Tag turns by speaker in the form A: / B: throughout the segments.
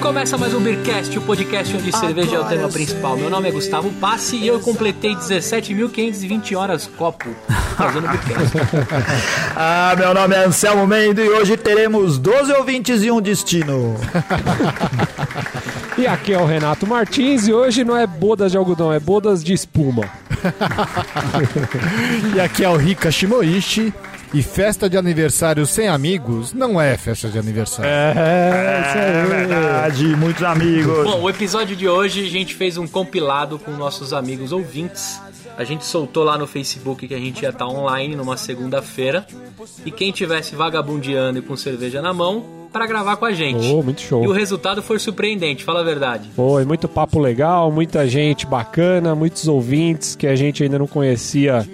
A: começa mais um Beercast, o podcast onde cerveja é o tema principal. Meu nome é Gustavo Passe e eu completei 17.520 horas copo fazendo Beercast.
B: Ah, meu nome é Anselmo Mendo e hoje teremos 12 ouvintes e um destino.
C: E aqui é o Renato Martins e hoje não é bodas de algodão, é bodas de espuma.
D: E aqui é o Rika Shimoishi. E festa de aniversário sem amigos não é festa de aniversário.
C: É,
B: É verdade, muitos amigos.
A: Bom, o episódio de hoje a gente fez um compilado com nossos amigos ouvintes. A gente soltou lá no Facebook que a gente ia estar online numa segunda-feira. E quem tivesse vagabundeando e com cerveja na mão, pra gravar com a gente.
C: Oh, muito show.
A: E o resultado foi surpreendente, fala a verdade.
C: Foi muito papo legal, muita gente bacana, muitos ouvintes que a gente ainda não conhecia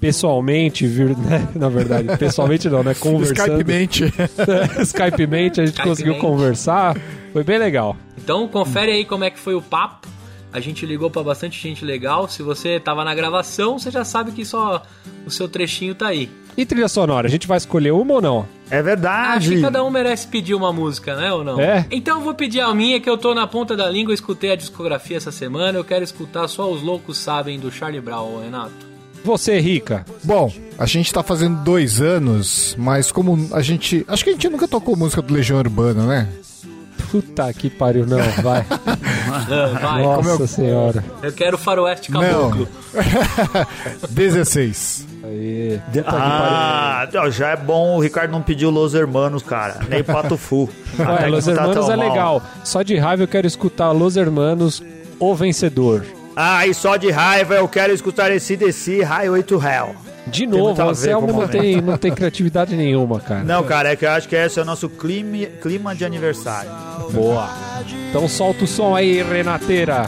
C: pessoalmente, vir- né? na verdade, pessoalmente não, né? Conversando.
D: Skypemente.
C: Skypemente, a gente conseguiu
A: Skypemente.
C: conversar. Foi bem legal.
A: Então confere aí como é que foi o papo. A gente ligou pra bastante gente legal. Se você tava na gravação, você já sabe que só o seu trechinho tá aí.
C: E trilha sonora, a gente vai escolher uma ou não?
B: É
A: Acho que
B: verdade.
A: cada um merece pedir uma música, né? Ou não?
C: Ah, É.
A: Então eu vou pedir a minha, que eu tô na ponta da língua, escutei a discografia essa semana. Eu quero escutar Só os Loucos Sabem, do Charlie Brown, Renato.
C: Você, Rica.
D: Bom, a gente tá fazendo dois anos, mas como a gente. Acho que a gente nunca tocou música do Legião Urbana, né?
C: Puta que pariu, não, vai.
A: Ah, vai.
D: é
C: Nossa senhora.
A: Eu quero Faroeste
D: Não.
A: Caboclo.
D: 16.
C: Aí.
B: Ah, ó, já é bom o Ricardo não pediu Los Hermanos, cara. Nem Pato Fu. Até
A: um.
C: Ué,
B: que
C: Los
B: não tá
C: Hermanos
B: tão
C: é
B: mal.
C: legal. Só de raiva eu quero escutar Los Hermanos, o vencedor.
B: Ah, e só de raiva eu quero escutar esse DC Highway to Hell.
C: De
B: muito
C: novo,
B: a
C: o
B: ver é.
C: Anselmo
B: com o
C: não tem, não tem criatividade nenhuma, cara.
B: Não, cara, é que eu acho que esse é o nosso clima, clima de aniversário.
C: Boa. Então solta o som aí, Renateira.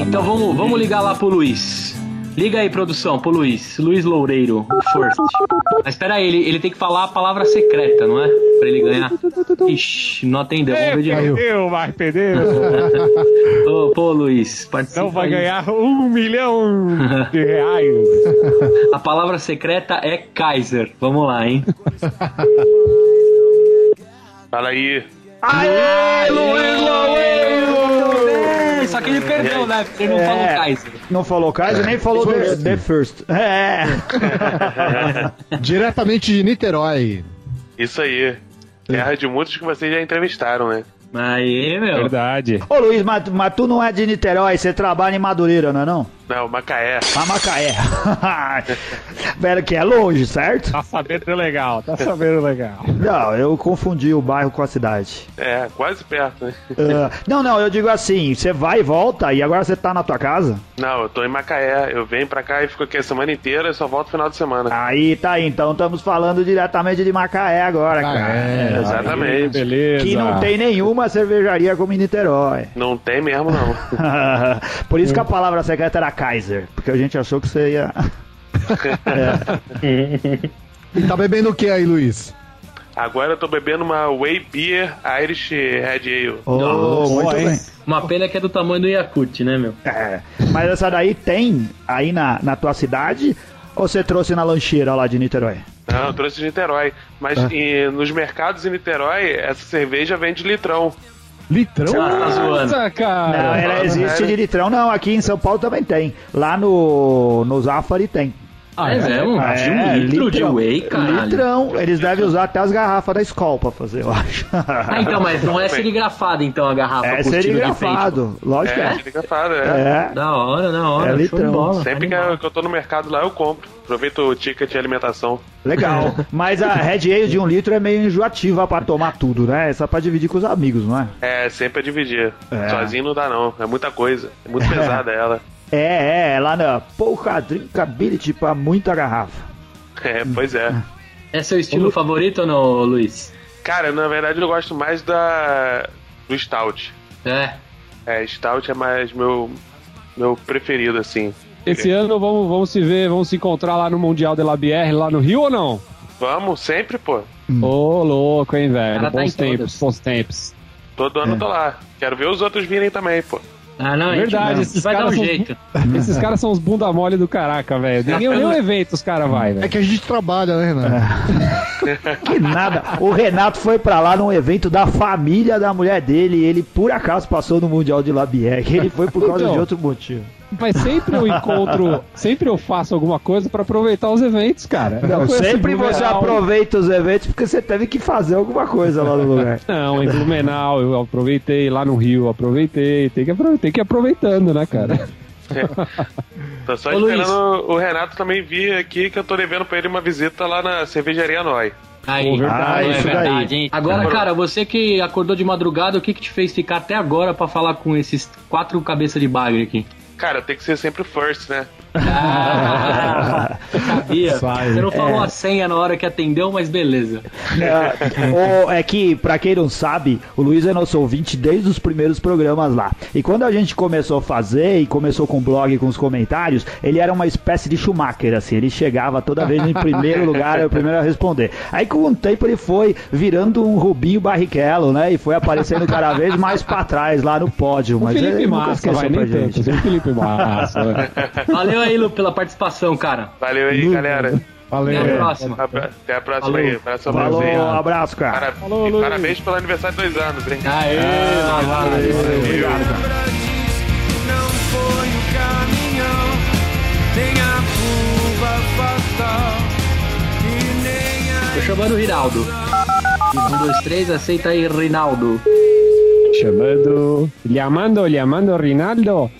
A: Então vamos, vamos ligar lá pro Luiz. Liga aí, produção, pro Luiz. Luiz Loureiro, o First. Mas espera aí, ele, ele tem que falar a palavra secreta, não é? Pra ele ganhar. Ixi, não atendeu. Vamos ver é de novo.
C: Eu, Marpedeiro,
A: Ô, pô, Luiz, participa aí.
C: um milhão de reais.
A: A palavra secreta é Kaiser. Vamos lá, hein?
E: Fala aí.
B: Aê, Luiz
A: Loureiro! Só que
C: É.
A: ele perdeu, né? Porque ele não falou
B: É.
A: Kaiser.
B: Não falou Kaiser, nem falou The, the First. É.
D: Diretamente de Niterói.
E: Isso aí. Terra de muitos que vocês já entrevistaram, né?
A: Aí, meu.
C: Verdade.
B: Ô Luiz, mas, mas tu não é de Niterói, você trabalha em Madureira, não é não?
E: Não, Macaé.
C: Ah,
B: A Macaé. Velho que é longe, certo?
C: Tá sabendo legal, tá sabendo legal.
B: Não, eu confundi o bairro com a cidade.
E: É, quase perto, né?
B: Ah,
C: É.
B: não, não, eu digo assim, você vai e volta e agora você tá na tua casa?
E: Não, eu tô em Macaé. Eu venho pra cá e fico aqui a semana inteira e só volto no final de semana.
B: Aí tá aí, então estamos falando diretamente de Macaé agora,
E: Ah,
B: cara.
E: é.
D: Macaé,
E: Exatamente.
C: é, Beleza.
B: Que não tem nenhuma cervejaria como em Niterói.
E: Não tem mesmo, não.
B: Por isso que a palavra secreta era Kaiser, porque a gente achou que você ia.
C: É.
D: E tá bebendo o que aí, Luiz?
E: Agora eu tô bebendo uma Way Beer Irish Red Ale.
B: Oh, muito bem.
A: Uma pena que é do tamanho do Yakut, né, meu?
B: É, mas essa daí tem aí na, na tua cidade ou você trouxe na lancheira lá de Niterói?
E: Não, eu trouxe de Niterói. Mas
B: Ah.
E: em- nos mercados em Niterói, essa cerveja vem de litrão.
D: Litrão?
A: Ah, tá zoando.
C: Nossa, cara.
B: não, ela
E: mano,
B: existe
E: velho.
B: de litrão, não. Aqui em São Paulo também tem. Lá no, no Zafari tem.
A: é mesmo? de um
B: É,
A: litro de whey, caralho.
B: Litrão. Eles devem usar até as garrafas da Skol pra fazer, eu acho.
A: Ah, então, mas não é serigrafada, então, a garrafa
B: é
A: com o estilo de
B: serigrafado, lógico que
E: É,
B: é.
E: de engraçado, é.
B: É.
A: frente. Da hora, da hora.
B: É
A: show de
B: litrão.
A: bola.
E: Sempre que eu, que eu tô no mercado lá, eu compro. Aproveito o ticket de alimentação.
B: legal. Mas a Red Ale de um litro é meio enjoativa pra tomar tudo, né? É só pra dividir com os amigos, não é?
E: É, sempre a dividir.
B: É.
E: Sozinho não dá, não. É muita coisa. É muito pesada ela.
B: É, é, lá na pouca drinkability pra muita garrafa.
E: É, pois é.
A: É seu estilo favorito ou não, Luiz?
E: Cara, na verdade eu gosto mais da do Stout.
A: É.
E: É, Stout é mais meu meu preferido assim.
C: Esse ano vamos, vamos se ver, vamos se encontrar lá no Mundial de Labier, lá no Rio ou não?
E: Vamos sempre, pô.
D: Hum.
C: Ô, louco, hein, velho?
A: Ela tá em
C: Bons
A: todas.
C: tempos, bons tempos.
E: Todo ano eu tô lá. Quero ver os outros virem também, pô.
A: Ah, não, a gente
C: Verdade,
A: vai-
C: esses
A: vai dar um
C: caras são-
A: jeito.
C: Esses caras são os bunda mole do caraca, velho. Nem, nem o evento os caras vai,
D: É
C: velho.
D: que a gente trabalha, né, Renan?
B: Que nada. O Renato foi pra lá num evento da família da mulher dele. e ele, por acaso, passou no Mundial de Labiec. Ele foi por causa
C: Então.
B: de outro motivo.
C: Mas sempre eu encontro, sempre eu faço alguma coisa pra aproveitar os eventos, cara.
B: Não,
C: Eu conheço
B: sempre você
C: Blumenau.
B: aproveita os eventos porque você teve que fazer alguma coisa lá no lugar.
C: Não, em Blumenau, eu aproveitei, lá no Rio eu aproveitei, tem que, aprove- tem que ir aproveitando, né, cara?
E: Tô só
A: Ô, Luiz.
E: esperando o Renato também vir aqui que eu tô devendo pra ele uma visita lá na cervejaria Noi.
A: Aí,
C: Pô, verdade,
E: Ah,
A: não é
B: isso daí.
A: verdade, hein? Agora, cara, você que acordou de madrugada, o que que te fez ficar até agora pra falar com esses quatro cabeça de bagre aqui?
E: Cara, tem que ser sempre first, né?
A: Ah, sabia. Você não falou a senha na hora que atendeu, mas beleza.
B: É, o- é que, pra quem não sabe, o Luiz é nosso ouvinte desde os primeiros programas lá. E quando a gente começou a fazer e começou com o blog, com os comentários, ele era uma espécie de Schumacher, assim. Ele chegava toda vez em primeiro lugar, era o primeiro a responder. Aí com o tempo ele foi virando um Rubinho Barrichello, né? E foi aparecendo cada vez mais pra trás lá no pódio.
C: O
B: Mas é
C: Felipe
B: ele nunca
C: Massa,
B: esqueceu
C: vai,
B: pra
C: nem
B: né, gente.
C: tanto, o Felipe Massa. vai.
A: Valeu aí, Lu, pela participação, cara.
E: Valeu aí, galera.
A: Até a próxima.
E: Abra- Até a próxima
A: Falou.
E: aí. Abraço a
B: Falou,
E: vocês.
B: um abraço, cara.
E: Para-
C: Falou,
E: e
C: Luiz.
E: parabéns pelo aniversário de dois anos, hein?
A: Aê, Ah,
F: Não foi o caminhão, nem a curva fatal, e nem a
A: Tô chamando o Rinaldo. Um, dois, três, aceita aí, Rinaldo.
C: Chamando. Llamando, llamando Rinaldo.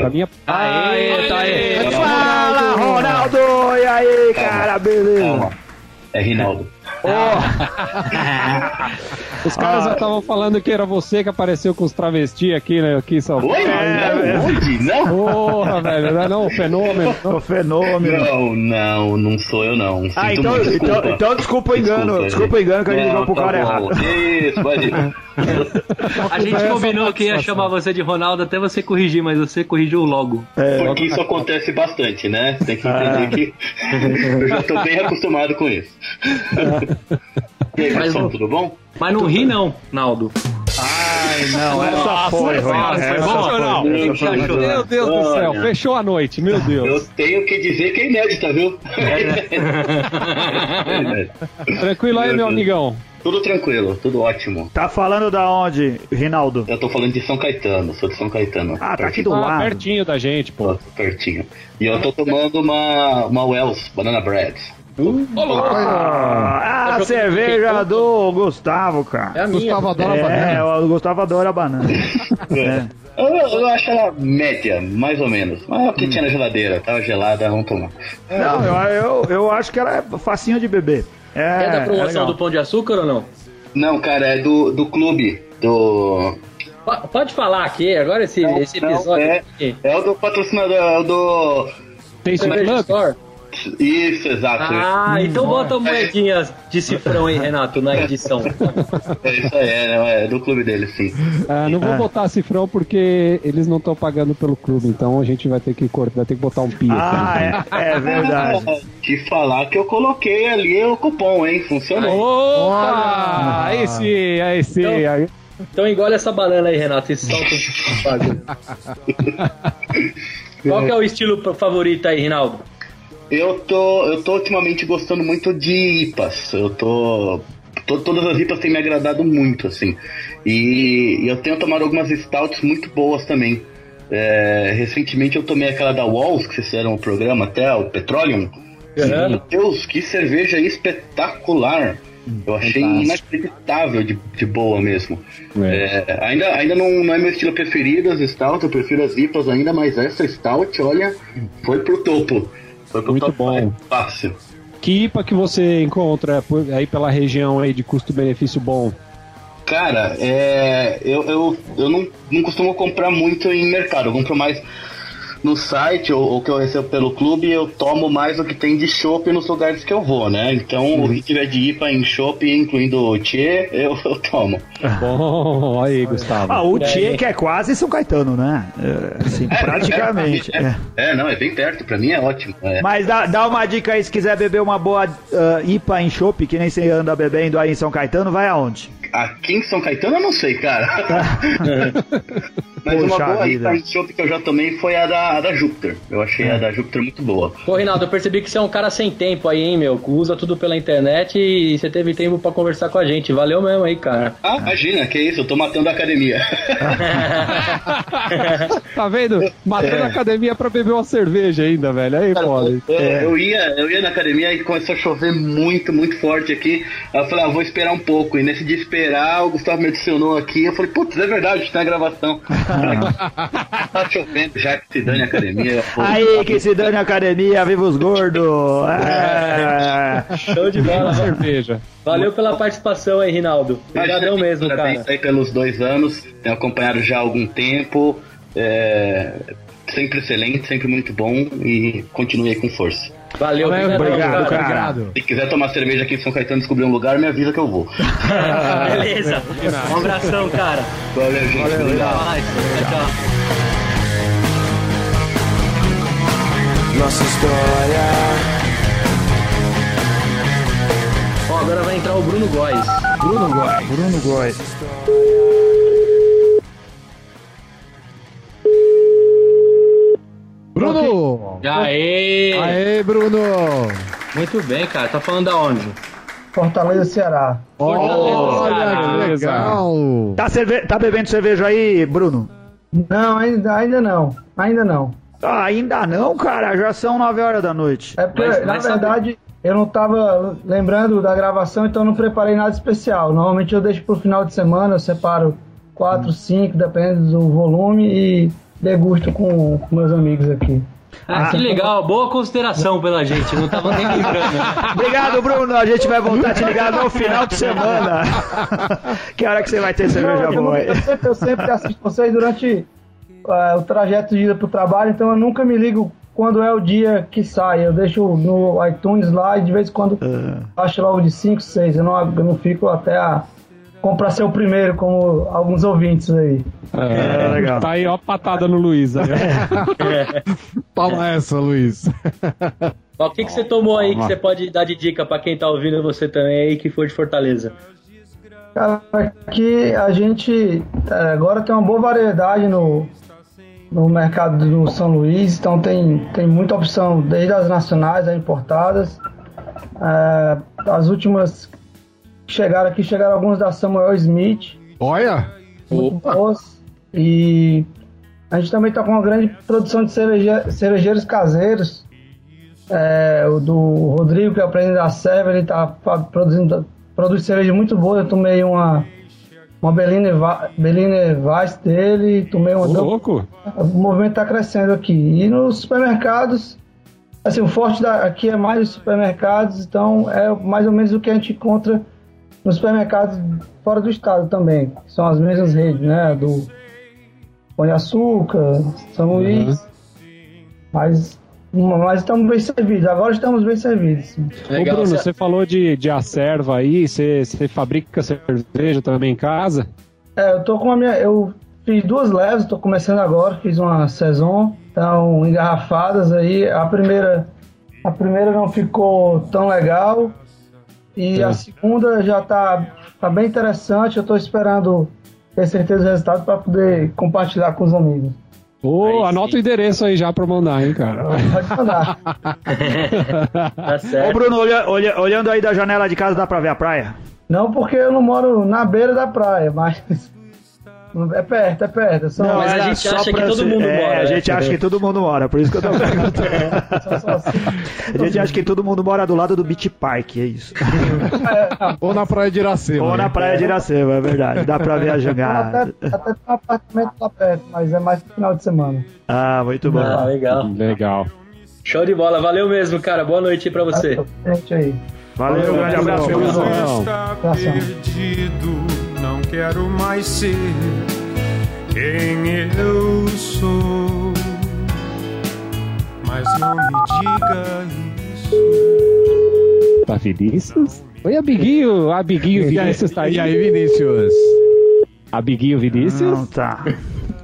C: Pra minha...
A: Aê, tá aí.
B: Fala, Ronaldo! E aí, cara, beleza?
G: É Rinaldo.
C: Os caras
G: Ah.
C: já estavam falando que era você que apareceu com os travestis aqui, né, aqui em São Paulo.
G: Oi? não, onde? Não?
C: Porra, velho, não é não, fenômeno.
B: O um fenômeno.
G: Não, não, não sou eu não. Sinto
B: Ah, então,
G: muito,
B: então,
G: desculpa.
B: então desculpa o engano, desculpa o engano que a gente ligou pro
G: tá
B: cara
G: bom.
B: errado.
G: Isso, imagina.
A: A gente combinou que ia chamar você de Ronaldo até você corrigir, mas você corrigiu É, logo.
G: Porque isso acontece bastante, né? Tem que entender que eu já tô bem acostumado com isso. E aí, pessoal, tudo bom?
A: Mas não ri, não, Naldo.
B: Não, essa foi,
A: Nossa, foi bom? O que que você achou?
C: Meu Deus do céu,
G: Olha.
C: fechou a noite, meu
G: Eu
C: Deus.
G: tenho que dizer que é inédita, viu? É
B: né?
G: inédita.
C: Tranquilo aí, meu amigão.
G: tudo tranquilo, tudo ótimo.
B: Tá falando da onde, Rinaldo?
G: Eu tô falando de São Caetano, sou de São Caetano.
B: Ah, tá aqui do
C: Tá
B: lado.
C: pertinho da gente, pô.
G: Tô pertinho. E eu tô tomando uma, uma Wells, Banana Bread.
B: Ah, a cerveja do Gustavo, cara.
D: Gustavo adora
B: É,
D: banana.
B: o Gustavo adora banana.
G: Eu, eu acho
B: É.
G: ela É. média, mais ou menos. Mas é o que tinha
B: Hum.
G: na geladeira, tava gelada, vamos tomar.
B: Não, eu, eu, eu acho que ela é facinho de beber. É,
A: É da
B: é
A: promoção
B: legal.
A: do Pão de Açúcar ou não?
G: Não, cara, é do, do clube, do...
A: Pa- Pode falar aqui, agora esse,
G: Não,
A: esse
G: não,
A: episódio.
G: é,
A: aqui.
G: é o do patrocinador, é o do...
C: Tem
A: Cerveja
C: Super Club?
A: Store?
G: Isso, exato.
B: Hum.
A: Ah, então bota uma moedinha de cifrão aí, Renato, na edição.
G: É isso aí, é, não, é do clube dele, sim.
C: Ah, não vou botar cifrão porque eles não estão pagando pelo clube, então a gente vai ter que cortar, vai ter que botar um pio.
B: Ah, é, é verdade.
G: Te falar que eu coloquei ali o cupom, hein? Funcionou.
C: Opa! Aí sim, aí sim.
A: Então-
C: aí-
A: Então engole essa banana aí, Renato, e solta o bagulho. Qual que é o estilo p- favorito aí, Rinaldo?
G: Eu tô, eu tô ultimamente gostando muito de IPAs. Eu tô. to- Todas as IPAs têm me agradado muito, assim. E, e eu tenho tomado algumas stouts muito boas também. É, recentemente eu tomei aquela da Walls, que vocês fizeram o programa até, o Petroleum.
A: Aham.
G: Meu Deus, que cerveja espetacular! Eu achei inacreditável de, de boa mesmo. É, ainda ainda não, não é meu estilo preferido, as stout, eu prefiro as IPAs ainda, mas essa stout, olha, foi pro topo. Foi pro
C: Muito
G: topo
C: bom.
G: fácil.
C: Que IPA que você encontra por- aí pela região aí de custo-benefício bom?
G: Cara, é, eu, eu, eu não, não costumo comprar muito em mercado, eu compro mais no site ou, ou que eu recebo pelo clube, eu tomo mais o que tem de chopp nos lugares que eu vou, né? Então, o que tiver de IPA em chopp, incluindo o Tchê, eu, eu tomo.
C: Bom, olha aí, Gustavo.
B: Ah, o Tchê, que é quase São Caetano, né? É, assim, praticamente.
G: É,
B: é.
G: é, não, é bem perto, pra mim é ótimo. é.
B: Mas dá, dá uma dica aí, se quiser beber uma boa ah, IPA em chopp, que nem você anda bebendo aí em São Caetano, vai aonde?
G: Aqui em São Caetano eu não sei, cara. Mas uma
B: Poxa
G: boa
B: vida. É.
G: IPA em chopp que eu já tomei foi a da, a da Júpiter. Eu achei a da Júpiter muito boa.
A: Pô, Rinaldo, eu percebi que você é um cara sem tempo aí, hein, meu? Usa tudo pela internet e você teve tempo pra conversar com a gente. Valeu mesmo aí, cara.
G: Ah,
B: É.
G: imagina, que isso, eu tô matando a academia. É.
C: Tá vendo? Matando a academia pra beber uma cerveja ainda, velho. Aí, foda.
G: Eu,
B: É.
G: eu ia, eu ia na academia e começou a chover muito, muito forte aqui. Aí eu falei, ah, vou esperar um pouco. E nesse de esperar, o Gustavo me adicionou aqui. Eu falei, putz, é verdade, tá na gravação. tá chovendo já que se dane a academia. eu vou-
B: Aí, que se dane a academia, viva os gordos! É.
A: Show de bola.
C: Uma cerveja.
A: Valeu pela participação aí, Rinaldo. Obrigadão
G: Parabéns-
A: mesmo,
G: parabéns
A: cara.
G: aí pelos dois anos. Tenho acompanhado já há algum tempo. É, sempre excelente, sempre muito bom. E continue aí com força.
A: Valeu,
B: Obrigado, cara.
G: Se quiser tomar cerveja aqui em São Caetano e descobrir um lugar, me avisa que eu vou.
A: Beleza. Um abração, cara.
G: Valeu, gente. Obrigado.
A: Vai, tchau, tchau.
F: Nossa história.
A: Ó, agora vai entrar o Bruno Góes.
B: Bruno Góes.
H: Bruno!
I: Aê!
H: Aê, Bruno!
I: Muito bem, cara. Tá falando da onde?
J: Fortaleza, Ceará.
H: Olha que legal!
B: Tá, cerve- tá bebendo cerveja aí, Bruno?
J: Não, ainda, ainda não. Ainda não.
B: Ah, ainda não, cara, já são 9 horas da noite.
J: É porque,
I: Mas-
J: na
I: mas sabe-
J: verdade, eu não tava lembrando da gravação, então não preparei nada especial. Normalmente eu deixo pro final de semana, eu separo 4, 5, dependendo do volume, e degusto com com meus amigos aqui.
I: Ah, que legal. Boa consideração pela gente. Não tava nem lembrando.
B: Obrigado, Bruno. A gente vai voltar a te ligar no final de semana. que hora que você vai ter cerveja
J: Não, eu,
B: boa
J: nunca-
B: aí?
J: eu sempre, eu sempre assisto vocês durante ah, o trajeto de ida pro trabalho, então eu nunca me ligo quando é o dia que sai. Eu deixo no iTunes lá e de vez em quando acho logo de 5, 6. Eu não, eu não fico até a. Comprar ser o primeiro, como alguns ouvintes aí.
C: É,
B: legal.
C: Tá aí, ó, a patada no Luiz. Aí, ó.
A: É.
I: É.
H: Toma essa, Luiz.
A: Ó, O que, que você tomou aí que você pode dar de dica pra quem tá ouvindo você também aí que for de Fortaleza?
J: Cara, aqui a gente é, agora tem uma boa variedade no, no mercado do São Luís, então tem, tem muita opção, desde as nacionais, as importadas. É, as últimas que chegaram aqui, chegaram algumas da Samuel Smith,
H: Olha!
J: muito boas. E a gente também está com uma grande produção de cerveje- cervejeiros caseiros. É, o do Rodrigo, que é o presidente da Serva, ele está produzindo produz cerveja muito boa. Eu tomei uma, uma Berliner, Va- Berliner Weiss dele, tomei
C: Ô,
J: uma Dom-
C: louco.
J: o movimento está crescendo aqui. E nos supermercados, assim, o forte da- aqui é mais os supermercados, então é mais ou menos o que a gente encontra nos supermercados fora do estado também. que São as mesmas redes, né? Do Pão de Açúcar, São Luís. Mas, mas estamos bem servidos. Agora estamos bem servidos.
C: Ô,
A: Legal.
C: Bruno,
A: Você-
C: você falou de, de acerva aí, você, você fabrica cerveja também em casa?
J: É, eu tô com a minha. Eu fiz duas leves, tô começando agora, fiz uma saison, estão engarrafadas aí. A primeira, a primeira não ficou tão legal.
B: É.
J: E a segunda já tá, tá bem interessante. Eu tô esperando ter certeza do resultado para poder compartilhar com os amigos.
C: Ô,
A: Aí
C: anota
A: sim.
C: o endereço aí já pra mandar, hein, cara.
J: Pode mandar.
A: Tá
B: Ô,
A: certo.
B: Bruno, olha- olha- olhando aí da janela de casa, dá pra ver a praia?
J: Não porque eu não moro na beira da praia, mas. É perto, é perto. São,
A: mas
B: era
A: a gente
B: só
A: acha que
B: pra
A: todo
B: ser-
A: mundo
B: é,
A: mora,
B: A gente
A: né? É, então,
B: acha que todo mundo mora, por isso que eu tô perguntando.
A: assim,
J: são, são,
B: A gente acha que todo mundo mora do lado do Beach Park, é isso.
H: Ou na praia de Iracema.
B: Ou na
H: né?
B: praia de Iracema, é verdade. Dá pra ver a
J: até,
B: jangada.
J: até tem um apartamento lá perto, mas é mais pro final de semana.
B: Ah, muito
A: Ah,
B: bom.
A: legal.
C: Legal.
A: Show de bola. Valeu mesmo, cara. Boa noite aí pra você.
J: Gente é aí.
B: Valeu, grande abraço.
C: Bruno.
F: está
B: Tá
F: perdido, não quero mais ser quem eu sou. mas não me diga isso.
K: Tá Vinícius? Oi, amiguinho. Amiguinho Vinícius tá aí.
D: E aí, Vinícius?
K: Amiguinho Vinícius? Não,
B: tá.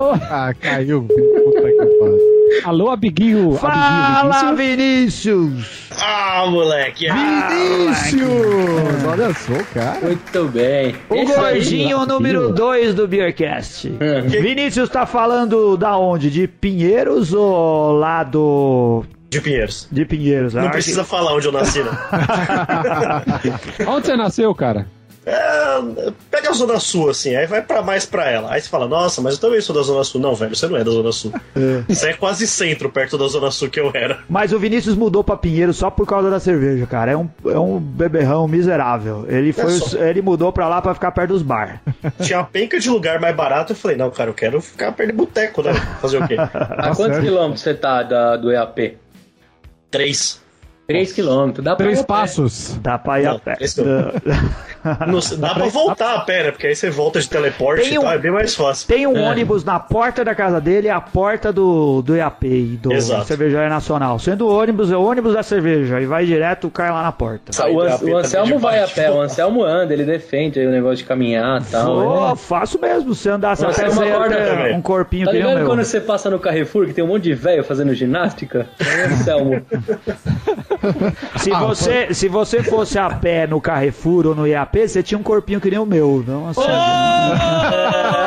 D: Ah, caiu. Puta que pariu.
K: Alô, amiguinho.
B: Fala,
K: amiguinho
B: Vinícius!
G: Ah, moleque!
D: Vinícius! Olha só, cara.
A: Muito bem.
B: O
A: Esse aí,
B: gordinho
K: lá,
B: Um número
K: viu?
B: 2 do Beercast.
A: É.
B: Vinícius tá falando da onde? De Pinheiros ou lá do...
L: De Pinheiros.
B: De Pinheiros,
L: Não
B: ah,
L: precisa falar onde eu nasci, não.
K: Onde você nasceu, cara?
L: É, pega a Zona Sul, assim, aí vai pra mais pra ela. Aí você fala, nossa, mas eu também sou da Zona Sul. Não, velho, você não é da Zona Sul. Você é quase centro, perto da Zona Sul que eu era.
B: Mas o Vinícius mudou pra Pinheiros só por causa da cerveja, cara. É um, é um beberrão miserável. Ele, foi,
L: É só.
B: ele mudou pra lá pra ficar perto dos bar.
L: Tinha uma penca de lugar mais barato, eu falei, não, cara, eu quero ficar perto de boteco, né? Fazer o quê?
A: A quantos quilômetros você tá da- do EAP?
L: Três.
A: 3 quilômetros. Dá pra
D: Três
A: ir a pé.
D: passos.
B: Dá pra ir
L: Não,
B: a pé.
L: esse Não, dá pra voltar a pé, né? Porque aí você volta de teleporte
B: Tem
L: e
B: um-
L: tal, é bem mais fácil.
B: Tem um ônibus na porta da casa dele e a porta do, do EAP e do
L: Exato.
B: Cervejaria Nacional. Sendo o ônibus, é o ônibus da cerveja. E vai direto, cai lá na porta.
L: Sair
A: O,
L: do
A: An-
L: AP
A: o é um
L: também
A: Anselmo
L: de
A: vai a
L: baixo.
A: pé, o Anselmo anda, ele defende aí o negócio de caminhar e tal.
B: Ô,
A: né?
B: faço mesmo. Se andasse
A: Você é
B: até
A: uma
B: Ah, você ia
A: corda
B: ter
L: também.
B: um corpinho
A: Tá
B: que nem o
A: ligado
B: meu.
A: quando você passa no Carrefour que tem um monte de velho fazendo ginástica? É o Anselmo.
B: Se,
A: Ah,
B: você, se você fosse a pé no Carrefour ou no IAP, você tinha um corpinho que nem o meu. Não assim.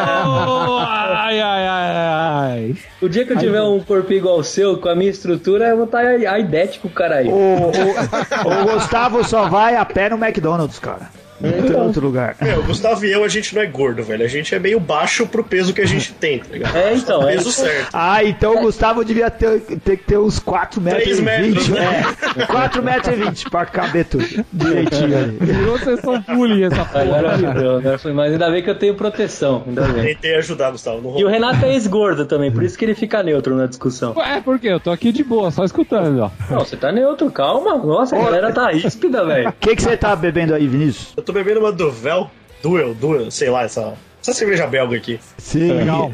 C: ai, ai, ai, ai.
A: O dia que eu tiver um corpinho igual ao seu, com a minha estrutura, eu vou tá estar a- idético,
B: O,
A: caralho.
B: o- o Gustavo só vai a pé no McDonald's, cara. Não tem outro lugar.
L: Meu, Gustavo e eu, a gente não é gordo, velho. A gente é meio baixo pro peso que a gente tem, tá ligado?
A: É, então, é.
L: Peso certo.
B: Ah, então o Gustavo devia ter, ter que ter uns 4 metros
L: Três
B: e 20.
L: metros, né?
B: É, 4 metros e 20 pra caber tudo um direitinho ali.
C: Virou sessão bullying essa porra.
A: Agora fudeu, agora foi. Mas ainda bem que eu tenho proteção, ainda bem.
L: Tentei ajudar, Gustavo. Não
A: E o
L: rolou.
A: Renato é ex-gordo também, por isso que ele fica neutro na discussão.
C: É, porque eu tô aqui de boa, só escutando, ó.
A: Não, você tá neutro, calma. Nossa, a galera tá ríspida, velho.
B: O que que você tá bebendo aí, Vinícius?
L: Eu tô bebendo uma Duvel. Duel, Duel, sei lá, essa, essa cerveja belga aqui.
B: Sim.
D: Legal.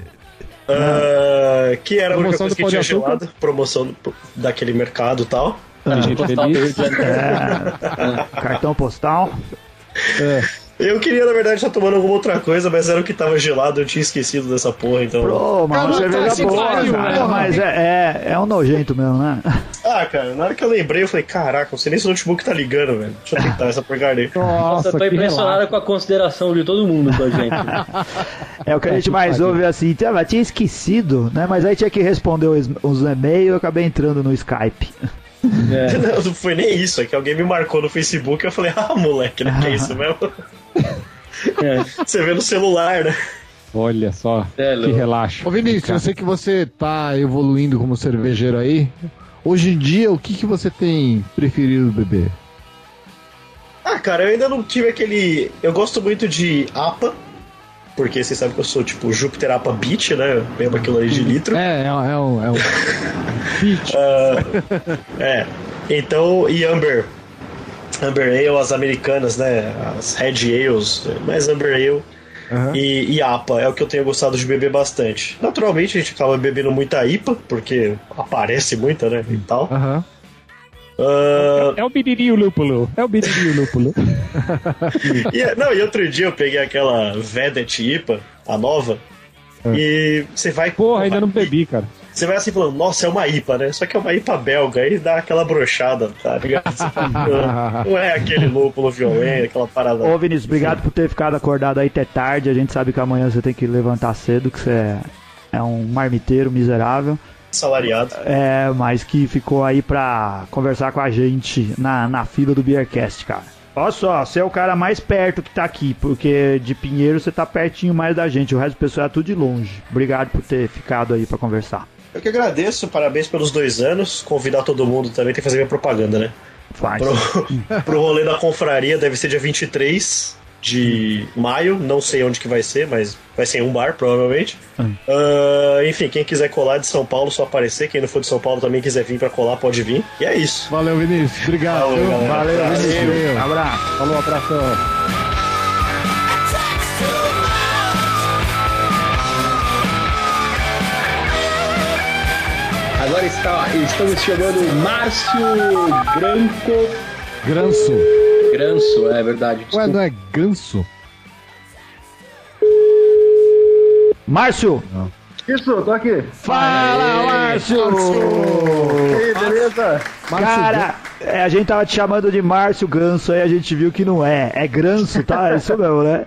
L: Ah, que era a única
C: Promoção
L: coisa
C: do
L: que
C: Pão de
L: tinha
C: Açúcar.
L: gelada. Promoção do- daquele mercado e tal.
C: Tem gente
A: Postal
C: feliz.
A: verde, né?
B: Ah. É. Cartão postal.
L: Eu queria, na verdade, estar tomando alguma outra coisa, mas era o que tava gelado, eu tinha esquecido dessa porra, então.
B: Pô, mas uma
D: Caraca,
B: cerveja
D: que
B: boa,
D: pariu,
B: cara.
D: velho.
B: Mas é, é, é um nojento mesmo, né?
L: Ah, cara, na hora que eu lembrei, eu falei, caraca, não sei nem se o notebook tá ligando, velho. Deixa eu tentar essa porcaria.
A: Nossa,
C: Nossa,
A: eu tô
C: que
A: impressionado com a consideração de todo mundo com a gente.
B: É o que a gente mais ouve assim, "Tava, tinha esquecido, né? Mas aí tinha que responder os, os e-mails e eu acabei entrando no Skype.
L: Não, não foi nem isso, é que alguém me marcou no Facebook e eu falei, ah, moleque, né? Que é isso mesmo? Você vê no celular, né?
C: Olha só,
A: É,
C: que
A: louco.
C: relaxo.
D: Ô, Vinícius, eu sei que você tá evoluindo como cervejeiro aí. Hoje em dia, o que, que você tem preferido beber?
L: Ah, cara, eu ainda não tive aquele. Eu gosto muito de APA, porque vocês sabem que eu sou tipo Júpiter APA Beach, né? Eu Bebo aquilo ali de litro.
D: É, é, é um. É um... Pitch.
L: É. Então, e Amber. Amber Ale, as americanas, né? As Red Ales, mas Amber Ale. E, e APA é o que eu tenho gostado de beber bastante. Naturalmente a gente acaba bebendo muita IPA, porque aparece muita, né? E tal.
D: Aham.
L: Ah,
C: É o menininho lúpulo. É o menininho lúpulo.
L: E, não, e outro dia eu peguei aquela Vedet IPA, a nova, e você vai.
C: É. Porra, ainda não bebi, cara.
L: Você vai assim falando, nossa, é uma IPA, né? Só que é uma IPA belga, aí dá aquela brochada, tá ligado? Você fala, não, não é aquele lúpulo violento, aquela parada.
B: Ô Vinícius, obrigado por ter ficado acordado aí até tarde. A gente sabe que amanhã você tem que levantar cedo, que você é, é um marmiteiro miserável.
L: Salariado.
B: É, mas que ficou aí pra conversar com a gente na, na fila do Beercast, cara. Olha só, você é o cara mais perto que tá aqui, porque de Pinheiro você tá pertinho mais da gente, o resto do pessoal é tudo de longe. Obrigado por ter ficado aí pra conversar.
L: Eu que agradeço, parabéns pelos dois anos. Convidar todo mundo também, tem que fazer minha propaganda, né?
B: Faz.
L: Pro, pro rolê da confraria deve ser dia 23 de maio, não sei onde que vai ser, mas vai ser em um bar, provavelmente. Ah, enfim, quem quiser colar de São Paulo, só aparecer. Quem não for de São Paulo também quiser vir pra colar, pode vir. E é isso.
D: Valeu, Vinícius. Obrigado.
L: Falou,
D: viu?
L: galera.
D: Valeu, Vinícius.
B: Abraço.
C: Falou, abração.
A: Agora está, estamos chegando o Márcio Granco.
D: Granço.
A: Granço, é verdade.
D: Ué, não é ganso?
B: Márcio!
H: Isso, tô aqui.
B: Fala, Márcio!
H: E aí, beleza?
B: Cara, é, a gente tava te chamando de Márcio Ganso, aí a gente viu que não é. É Granço, tá? É isso mesmo, né?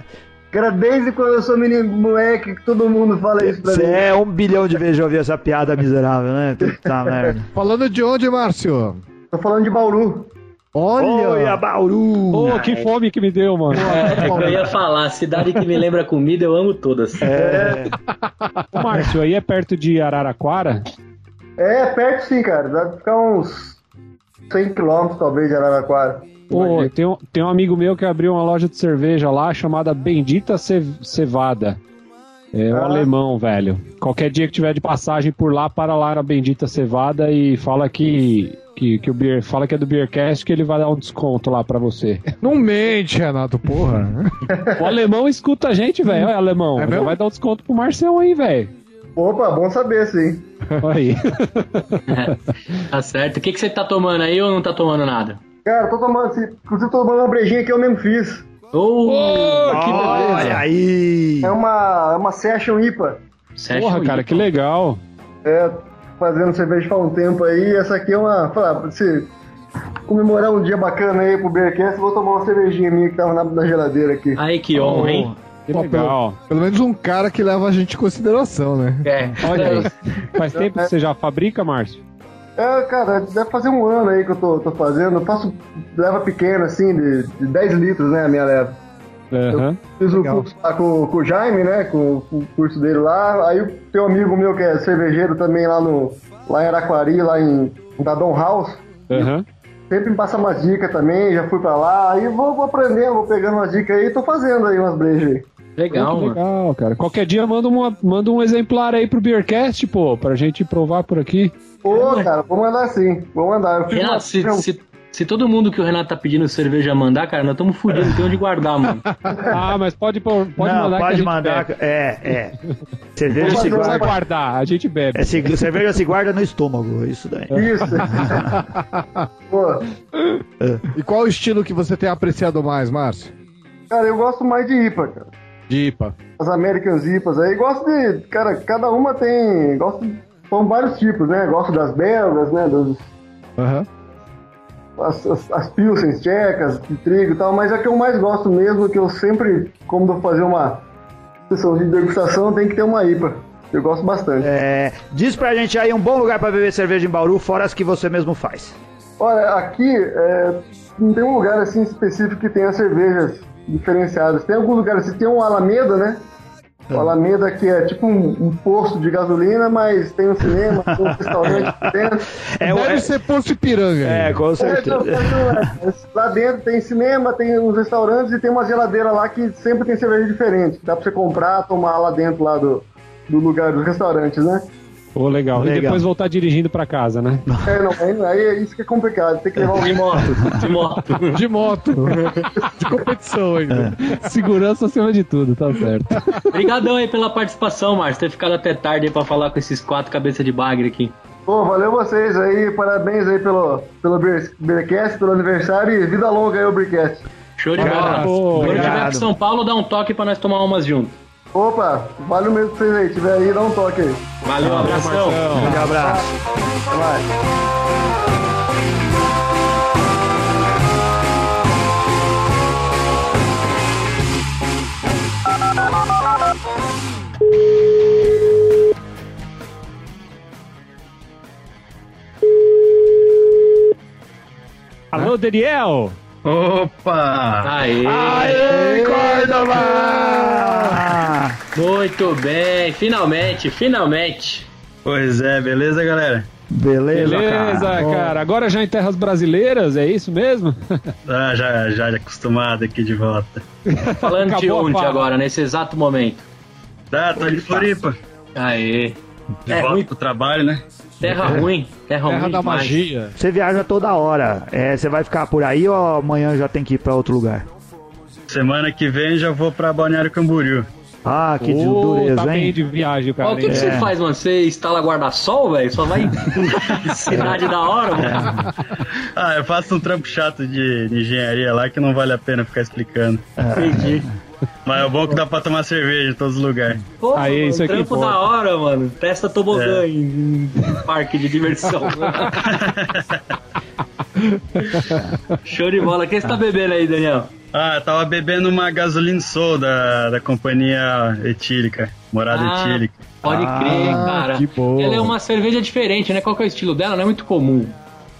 H: Cara, desde quando eu sou menino moleque, que todo mundo fala isso pra
B: Você
H: mim.
B: é um bilhão de vezes já ouviu essa piada miserável, né? Puta merda.
D: Falando de onde, Márcio?
H: Tô falando de Bauru.
D: Olha!
B: Olha, Bauru!
C: Pô, que fome que me deu, mano.
A: É, eu ia falar, cidade que me lembra comida, eu amo todas.
C: É. Ô, Márcio, aí é perto de Araraquara?
H: É, perto sim, cara. Deve ficar uns 100 quilômetros, talvez, de Araraquara.
C: Pô, tem um, tem um amigo meu que abriu uma loja de cerveja lá chamada Bendita Ce- Cevada. É um
H: Ah.
C: alemão, velho. Qualquer dia que tiver de passagem por lá, para lá na Bendita Cevada e fala que, que, que o Beer, fala que é do Beercast que ele vai dar um desconto lá pra você.
D: Não mente, Renato, porra.
C: O alemão escuta a gente, velho. Olha, alemão, já vai dar um desconto pro Marcel aí, velho.
H: Opa, bom saber, sim.
C: Olha aí.
A: Tá certo. O que, que você tá tomando aí ou não tá tomando nada?
H: Cara, eu tô tomando, assim, inclusive tô tomando uma brejinha que eu mesmo fiz.
A: Ô,
C: que
B: Olha aí!
H: É uma, é uma Session IPA.
C: Porra, cara, que legal.
H: É, fazendo cerveja faz um tempo aí. Essa aqui é uma. Fala, se comemorar um dia bacana aí pro Beercast, eu vou tomar uma cervejinha minha que tava na, na geladeira aqui.
A: Aí que honra, hein?
C: Que
D: Pô,
C: legal.
D: Pelo, pelo menos um cara que leva a gente em consideração, né?
A: É.
C: Olha aí. Faz tempo que você já fabrica, Márcio?
H: É, cara, deve fazer um ano aí que eu tô, tô fazendo. Eu faço leva pequena, assim, de, de 10 litros, né, a minha leva.
C: Aham.
H: Fiz o curso lá com, com o Jaime, né, com, com o curso dele lá. Aí tem um amigo meu que é cervejeiro também lá no lá em Araquari, lá em da Don House.
M: É.
C: Aham.
H: Sempre me passa umas dicas também, já fui pra lá. Aí vou, vou aprendendo, vou pegando umas dicas aí, tô fazendo aí umas brejas aí.
A: Legal,
C: Pô, que
A: mano.
C: legal, cara. Qualquer dia manda, uma, manda um exemplar aí pro Beercast, pô, pra gente provar por aqui.
H: Ô, cara, vou mandar sim, vou mandar. Eu fiz uma-
A: Renato, se, se- se todo mundo que o Renato tá pedindo cerveja mandar, cara, nós estamos fodidos, não tem onde guardar, mano.
C: Ah, mas pode, pô- pode
B: Não,
C: mandar que a
B: pode
C: gente
B: mandar.
C: bebe.
B: É, é. Cerveja
C: Mas
B: se
C: não vai
B: guarda.
C: guardar, a gente bebe.
B: é, se- cerveja se guarda no estômago, é isso daí.
H: Isso. Pô,
B: É.
D: E qual o estilo que você tem apreciado mais, Márcio?
H: cara, eu gosto mais de IPA, cara.
D: De IPA.
H: as American Zipas aí. Gosto de. Cara, cada uma tem. Gosto. São vários tipos, né? Gosto das belgas, né? Das,
D: Aham.
H: as, as, as pilsens tchecas, de trigo e tal, mas a que eu mais gosto mesmo, que eu sempre, como vou fazer uma sessão de degustação, tem que ter uma IPA. Eu gosto bastante.
B: É, diz pra gente aí um bom lugar pra beber cerveja em Bauru, fora as que você mesmo faz.
H: Olha, aqui é, não tem um lugar assim específico que tenha cervejas diferenciadas. Tem alguns lugares, assim, tem um Alameda, né? O Alameda que é tipo um, um posto de gasolina, mas tem um cinema, tem um restaurante dentro.
B: É,
D: Deve ser Poço Ipiranga.
B: é, com
H: então,
B: certeza.
H: um- é. Lá dentro tem cinema, tem uns restaurantes e tem uma geladeira lá que sempre tem cerveja diferente. Dá pra você comprar, tomar lá dentro lá do, do lugar dos restaurantes, né?
C: Ô, legal. E
B: Legal.
C: depois voltar dirigindo pra casa, né?
H: É, não, aí- aí é isso que é complicado. Tem que levar
A: De
H: alguém.
A: moto, de moto.
D: De moto. de competição ainda.
B: É.
C: Segurança acima de tudo, tá certo.
A: Obrigadão aí pela participação, Márcio. Ter ficado até tarde aí pra falar com esses quatro cabeça de bagre aqui.
H: Pô, valeu vocês aí, parabéns aí pelo, pelo Beer- Beercast, pelo aniversário e vida longa aí o Beercast.
A: Show de
C: Cara,
A: bola.
C: pô,
A: Quando tiver
B: obrigado.
A: pro São Paulo, dá um toque pra nós tomar umas junto.
H: Opa, vale o mesmo pra vocês aí, tiver aí, dá um toque
N: É,
H: aí.
A: Valeu, abração.
B: Um abraço.
H: Vai.
C: Alô, Daniel!
A: Aê.
B: Aê, Córdoba!
A: Muito bem, finalmente, finalmente.
M: Pois é, beleza, galera?
B: Beleza,
C: Beleza,
B: cara.
C: cara. Agora já em terras brasileiras, é isso mesmo?
M: Ah, já, já acostumado aqui de volta.
A: Falando de
C: Acabou a
A: onde
C: fala.
A: agora, nesse exato momento?
M: Tá, tô de Floripa.
A: Aê.
M: De
A: É
M: volta
A: ruim.
M: pro trabalho, né?
A: Terra ruim, terra,
D: Terra
A: ruim
D: da
A: demais.
D: magia.
B: Você viaja toda hora. É, você vai ficar por aí ou amanhã já tem que ir pra outro lugar?
M: Semana que vem já vou pra Balneário Camboriú.
B: Ah, que
C: Ô,
B: dureza,
C: tá bem
B: hein?
C: de viagem, cara.
A: Ó, o que, que
C: hein?
A: você
M: É.
A: faz, mano? Você instala guarda-sol, velho? Só vai em cidade da hora, mano.
M: Ah, eu faço um trampo chato de, de engenharia lá que não vale a pena ficar explicando.
A: Entendi.
M: Mas é bom que dá pra tomar cerveja em todos os lugares.
A: Porra, mano, Um
M: é
A: trampo da hora, mano. Testa tobogã em, em parque de diversão. Show de bola. Quem você tá bebendo aí, Daniel?
M: Ah, eu tava bebendo uma gasolina Sol da, da companhia etílica, Morada
A: Ah,
M: Etílica.
A: Pode crer, cara. Ela é uma cerveja diferente, né? Qual que é o estilo dela? Não é muito comum.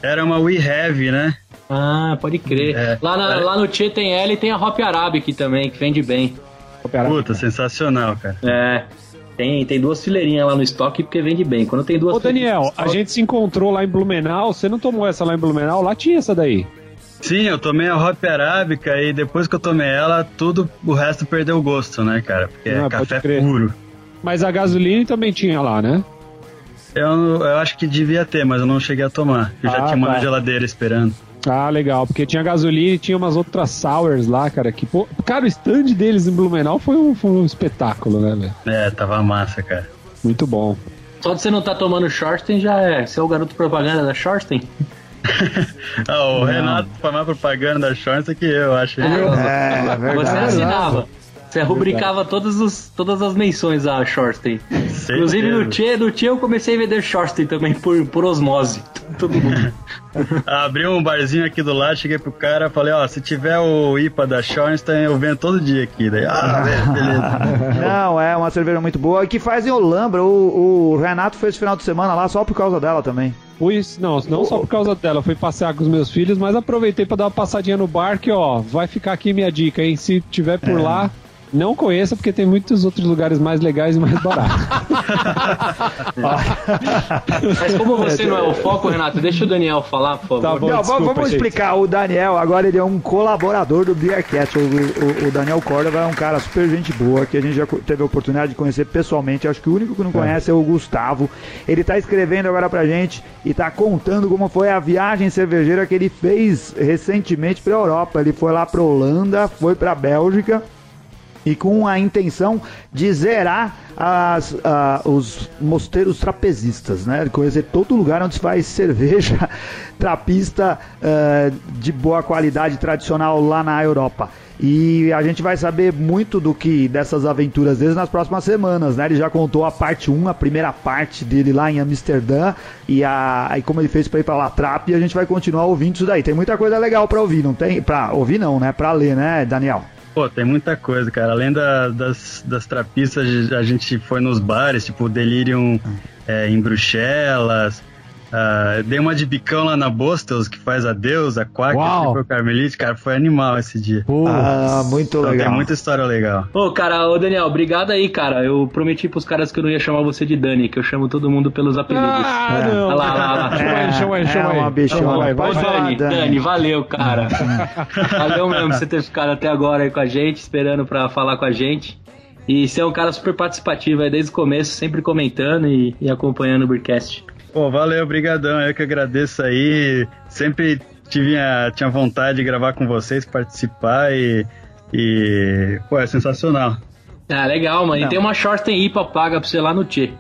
M: Era uma We Have, né? É.
A: Ah, pode crer. Lá, na- lá no Tchê tem ela e tem a Hop Arabic também, que vende bem.
M: Puta, sensacional, cara.
A: É. Tem, tem duas fileirinhas lá no estoque porque vende bem. Quando tem duas
C: Ô, Daniel, a gente se encontrou lá em Blumenau. Você não tomou essa lá em Blumenau? Lá tinha essa daí.
M: Sim, eu tomei a Hop Arábica e depois que eu tomei ela, tudo, o resto perdeu o gosto, né, cara? Porque é
C: Ah, pode
M: café
C: crer.
M: puro.
C: Mas a gasolina também tinha lá, né?
M: Eu, eu acho que devia ter, mas eu não cheguei a tomar. Eu já
C: Ah,
M: tinha uma
C: tá.
M: na geladeira esperando.
C: Ah, legal, porque tinha gasolina e tinha umas outras sours lá, cara. Que, pô, cara, o stand deles em Blumenau foi um, foi um espetáculo, né, velho?
M: É, tava massa, cara.
C: Muito bom.
A: Só de você não tá tomando Shorten já é. Você é o garoto propaganda da Shorten?
M: Ah, o Renato faz mais propaganda da Shorts do que eu, acho.
C: É,
M: viu?
A: Você assinava. Você rubricava todas, os, todas as menções a Shorten. Inclusive no Tchê, no Tchê eu comecei a vender Shorten também por, por osmose. Todo mundo.
M: Abri um barzinho aqui do lado, cheguei pro cara, falei, ó, se tiver o IPA da Shornstein, eu venho todo dia aqui. Daí, ah, velho, beleza.
B: Não, é uma cerveja muito boa. E que faz em Olambra. O, o Renato foi esse final de semana lá só por causa dela também.
C: Fui, não, não só por causa dela, fui passear com os meus filhos, mas aproveitei pra dar uma passadinha no bar que, ó, vai ficar aqui minha dica, hein? Se tiver
A: É.
C: por lá, não conheça, porque tem muitos outros lugares mais legais e mais baratos.
A: Mas como você não é Tá o foco, Renato, deixa o Daniel falar, por favor.
B: Não, vamos- vamos explicar. O Daniel, agora ele é um colaborador do Beercast. O, o- o Daniel Córdova é um cara super gente boa, que a gente já co- teve a oportunidade de conhecer pessoalmente. Acho que o único que não conhece é o Gustavo. Ele tá escrevendo agora pra gente e tá contando como foi a viagem cervejeira que ele fez recentemente pra Europa. Ele foi lá pra Holanda, foi pra Bélgica e com a intenção de zerar as, ah, os mosteiros trapezistas, né? Conhecer todo lugar onde se faz cerveja trapista ah, de boa qualidade tradicional lá na Europa. E a gente vai saber muito do que dessas aventuras deles nas próximas semanas, né? Ele já contou a parte 1, a primeira parte dele lá em Amsterdã e, a, e como ele fez pra ir pra Latrap e a gente vai continuar ouvindo isso daí. Tem muita coisa legal pra ouvir, não tem? Pra ouvir não, né? Pra ler, né, Daniel?
M: Pô, tem muita coisa, cara. Além da- das, das trapistas, a gente foi nos bares, tipo Delirium é, em Bruxelas. Ah, dei uma de bicão lá na Bostels, que faz a Deus, a Quack, que foi o Carmelite. Cara, foi animal esse dia.
B: Ah, muito
M: Então,
B: legal.
M: Tem muita história legal.
A: Ô, cara, ô Daniel, obrigado aí, cara. Eu prometi pros caras que eu não ia chamar você de Dani, que eu chamo todo mundo pelos apelidos.
C: Ah, não.
A: Olha lá, olha lá, olha lá.
C: Chama aí, chama aí, chama aí.
A: Ô,
C: Vai, vai,
A: ô,
C: vai.
A: Dani,
C: Dani.
A: Dani, valeu, cara. valeu mesmo você ter ficado até agora aí com a gente, esperando pra falar com a gente. E você é um cara super participativo aí desde o começo, sempre comentando e, e acompanhando o Beercast.
M: Pô, valeu, brigadão. Eu que agradeço aí. Sempre tive a, tinha vontade de gravar com vocês, participar e... E, pô, é sensacional.
A: Ah, legal, mano.
M: Não.
A: E tem uma short em IPA paga pra você lá no Tchê.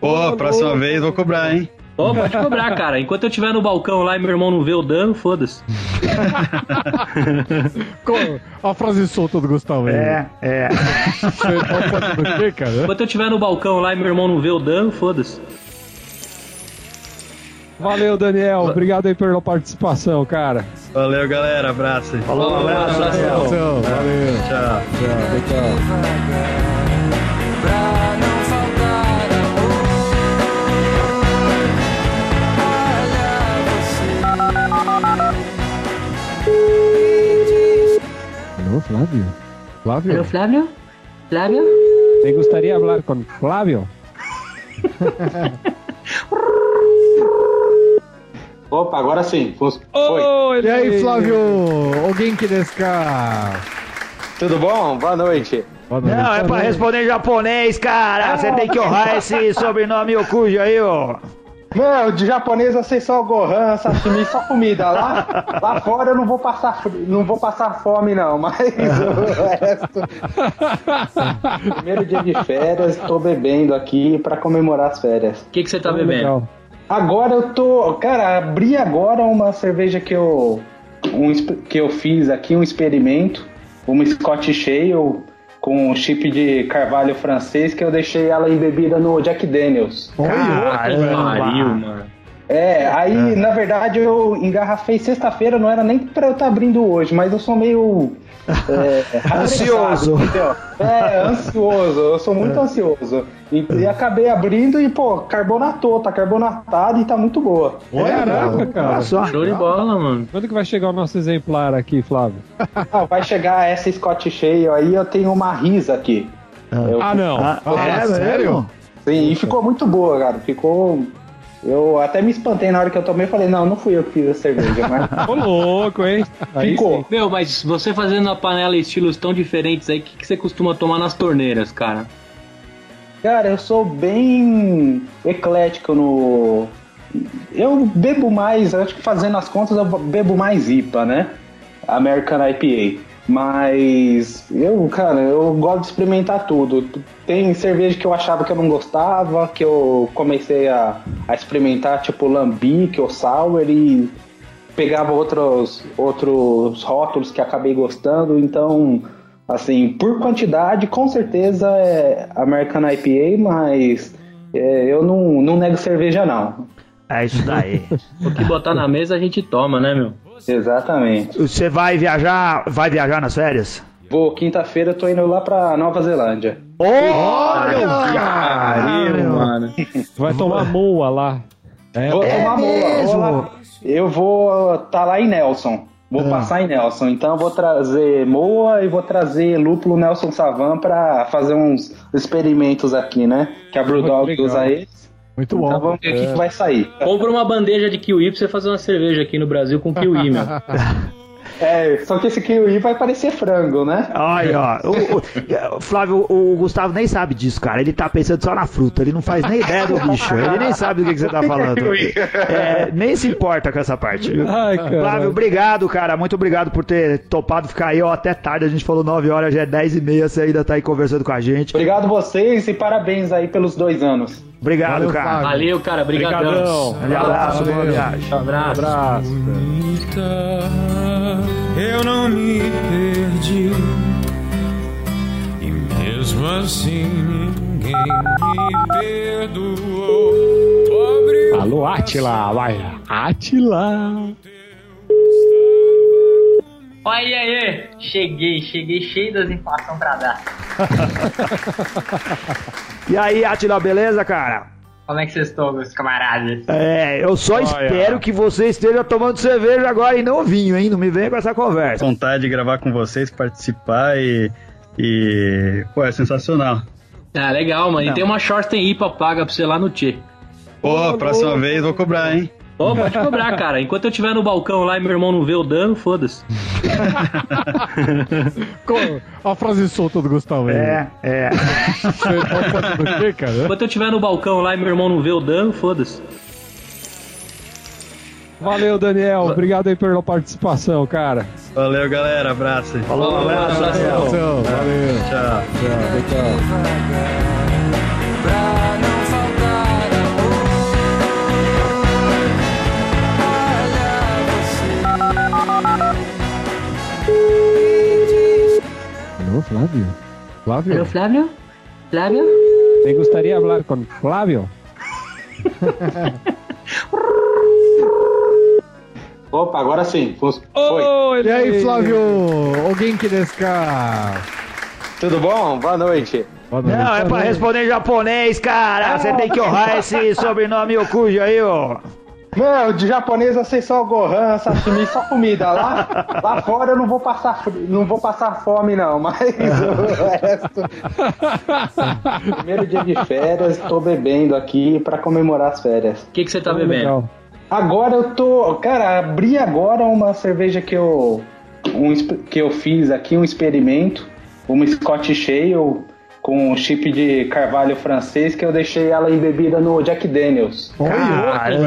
M: Pô, a próxima vez vou cobrar, hein?
A: Ô, pode cobrar, cara. Enquanto eu estiver no balcão lá e meu irmão não vê o dano, foda-se.
D: Olha a frase solta do Gustavo aí.
B: É, é.
A: Enquanto eu estiver no balcão lá e meu irmão não vê o dano, foda-se.
C: Valeu, Daniel. Obrigado aí pela participação, cara.
M: Valeu, galera. Abraço.
C: Falou,
M: Falou,
C: abraço. Abração.
M: Valeu. Tchau.
C: Tchau.
O: Pra não faltar amor, olha você.
C: Alô, Flávio? Flávio?
O: Alô,
A: Flávio? Flávio?
C: Me gostaria de falar com Flávio?
P: Opa, agora sim. Fos- Foi.
D: E aí, Flávio? Alguém que desca?
P: Tudo bom? Boa noite.
D: Boa
B: Não, é pra Ah, responder em japonês, cara. Você tem que honrar esse sobrenome Okuji aí, ó.
P: Não, de japonês eu sei só Gohan, sashimi, só comida. Lá, lá fora eu não vou passar fr- não vou passar fome, não, mas o resto. Primeiro dia de férias, tô bebendo aqui pra comemorar as férias. Então, O
A: que, que você tá bebendo?
P: Agora eu tô. Cara, abri agora uma cerveja que eu. um exp- que eu fiz aqui, um experimento. Uma Scotch Shale com um chip de carvalho francês que eu deixei ela embebida no Jack Daniels.
A: Pariu, mano.
P: É, aí na verdade eu engarrafei sexta-feira, não era nem pra eu estar abrindo hoje, mas eu sou meio. é, apressado,
B: Ansioso.
P: entendeu? É, ansioso, eu sou muito ansioso. E, e acabei abrindo e, pô, carbonatou, tá carbonatada e tá muito boa.
C: Caraca, cara.
A: Show de bola, mano.
C: Quando que vai chegar o nosso exemplar aqui, Flávio?
P: Ah, vai chegar essa Scott Shale aí, eu tenho uma risa aqui. Eu-
C: Ah, não. Ah, é, sério?
P: Sim, e ficou muito boa, cara. Ficou. Eu até me espantei na hora que eu tomei falei, não, não fui eu que fiz a cerveja, mas.
C: Ô louco, hein?
P: Ficou.
A: Meu, mas você fazendo a panela em estilos tão diferentes aí, o que, que você costuma tomar nas torneiras, cara?
P: Cara, eu sou bem eclético no. Eu bebo mais, acho que fazendo as contas, eu bebo mais IPA, né? American IPA. Mas eu, cara, eu gosto de experimentar tudo. Tem cerveja que eu achava que eu não gostava, que eu comecei a, a experimentar, tipo lambic ou sour, e pegava outros, outros rótulos que acabei gostando, então, assim, por quantidade, com certeza é American IPA, mas é, eu não, não nego cerveja, não.
B: É isso daí.
A: O que botar na mesa a gente toma, né, meu?
P: Exatamente.
B: Você vai viajar, vai viajar nas férias?
P: Vou, quinta-feira eu tô indo lá pra Nova Zelândia.
B: Olha,
P: Caralho, mano.
C: Vai tomar moa lá.
P: Vou
C: é
P: tomar boa.
C: mesmo? Ah.
P: Vou lá. Eu vou tá lá em Nelson. Vou passar em Nelson. Então eu vou trazer Moa e vou trazer Lúpulo Nelson Savan pra fazer uns experimentos aqui, né? Que a Brewdog
A: legal.
P: usa eles.
D: Muito
P: bom. Então vamos ver o
C: É.
P: que, que vai sair.
A: Compra uma bandeja de kiwi pra você fazer uma cerveja aqui no Brasil com kiwi, meu.
P: É, só que esse kiwi vai parecer frango, né?
B: Olha, ó. O, o- Flávio, o, o Gustavo nem sabe disso, cara. Ele tá pensando só na fruta, ele não faz nem ideia do bicho. Ele nem sabe do que, que você tá falando. É, nem se importa com essa parte. viu?
C: Ai, cara.
B: Flávio, obrigado, cara. Muito obrigado por ter topado ficar aí ó, até tarde. A gente falou 9 horas, já é 10 e meia. Você ainda tá aí conversando com a gente.
P: Obrigado vocês e parabéns aí pelos dois anos.
B: Obrigado, cara.
A: Valeu, cara. Brigadão.
B: Obrigadão. Abraço, boa viagem.
A: Abraço.
F: Eu não me perdi E mesmo assim ninguém me perdoou Pobre
K: Alô, Atila, vai. Atila.
Q: Olha aí, cheguei, cheguei cheio das informações pra dar.
B: E aí, Atila, beleza, cara?
Q: Como é que vocês estão, meus camaradas?
B: É, eu só
Q: Olha.
B: espero que você esteja tomando cerveja agora e não vinho, hein? Não me venha com essa conversa.
M: Vontade de gravar com vocês, participar e. e pô, é sensacional.
A: Ah, legal, mano.
M: Não.
A: E tem uma Shorten IPA paga pra você lá no Tchê.
M: Pô, próxima vez vou cobrar, hein?
A: Pô, pode cobrar, cara. Enquanto eu tiver no balcão lá e meu irmão não vê o dano, foda-se.
D: Olha a frase solta do Gustavo aí.
B: É, é.
A: Enquanto eu tiver no balcão lá e meu irmão não vê o dano, foda-se.
C: Valeu, Daniel. Obrigado aí pela participação, cara.
M: Valeu, galera. Abraço.
C: Falou,
M: um abraço.
C: abraço.
M: Tchau. Valeu. Tchau. Tchau. tchau.
C: Alô, Flávio? Flávio?
Q: Alô, Flávio? Flávio?
C: Me gostaria de falar com Flávio?
P: Opa, agora sim. Fos-
C: Foi.
D: E aí, Flávio? Alguém que desca?
P: Tudo bom? Boa noite.
B: Não, é pra responder em japonês, cara. Você tem que honrar esse sobrenome Okuja aí, ó.
P: Não, de japonês eu sei só Gohan, sashimi, só comida. Lá, lá fora eu não vou passar fr- não vou passar fome, não, mas o resto. Primeiro dia de férias, tô bebendo aqui pra comemorar as férias.
A: O que, que você tá bebendo?
P: Agora eu tô. Cara, abri agora uma cerveja que eu. um exp- que eu fiz aqui, um experimento. Uma Scotch Shale com um chip de carvalho francês que eu deixei ela embebida no Jack Daniels.
A: Pariu,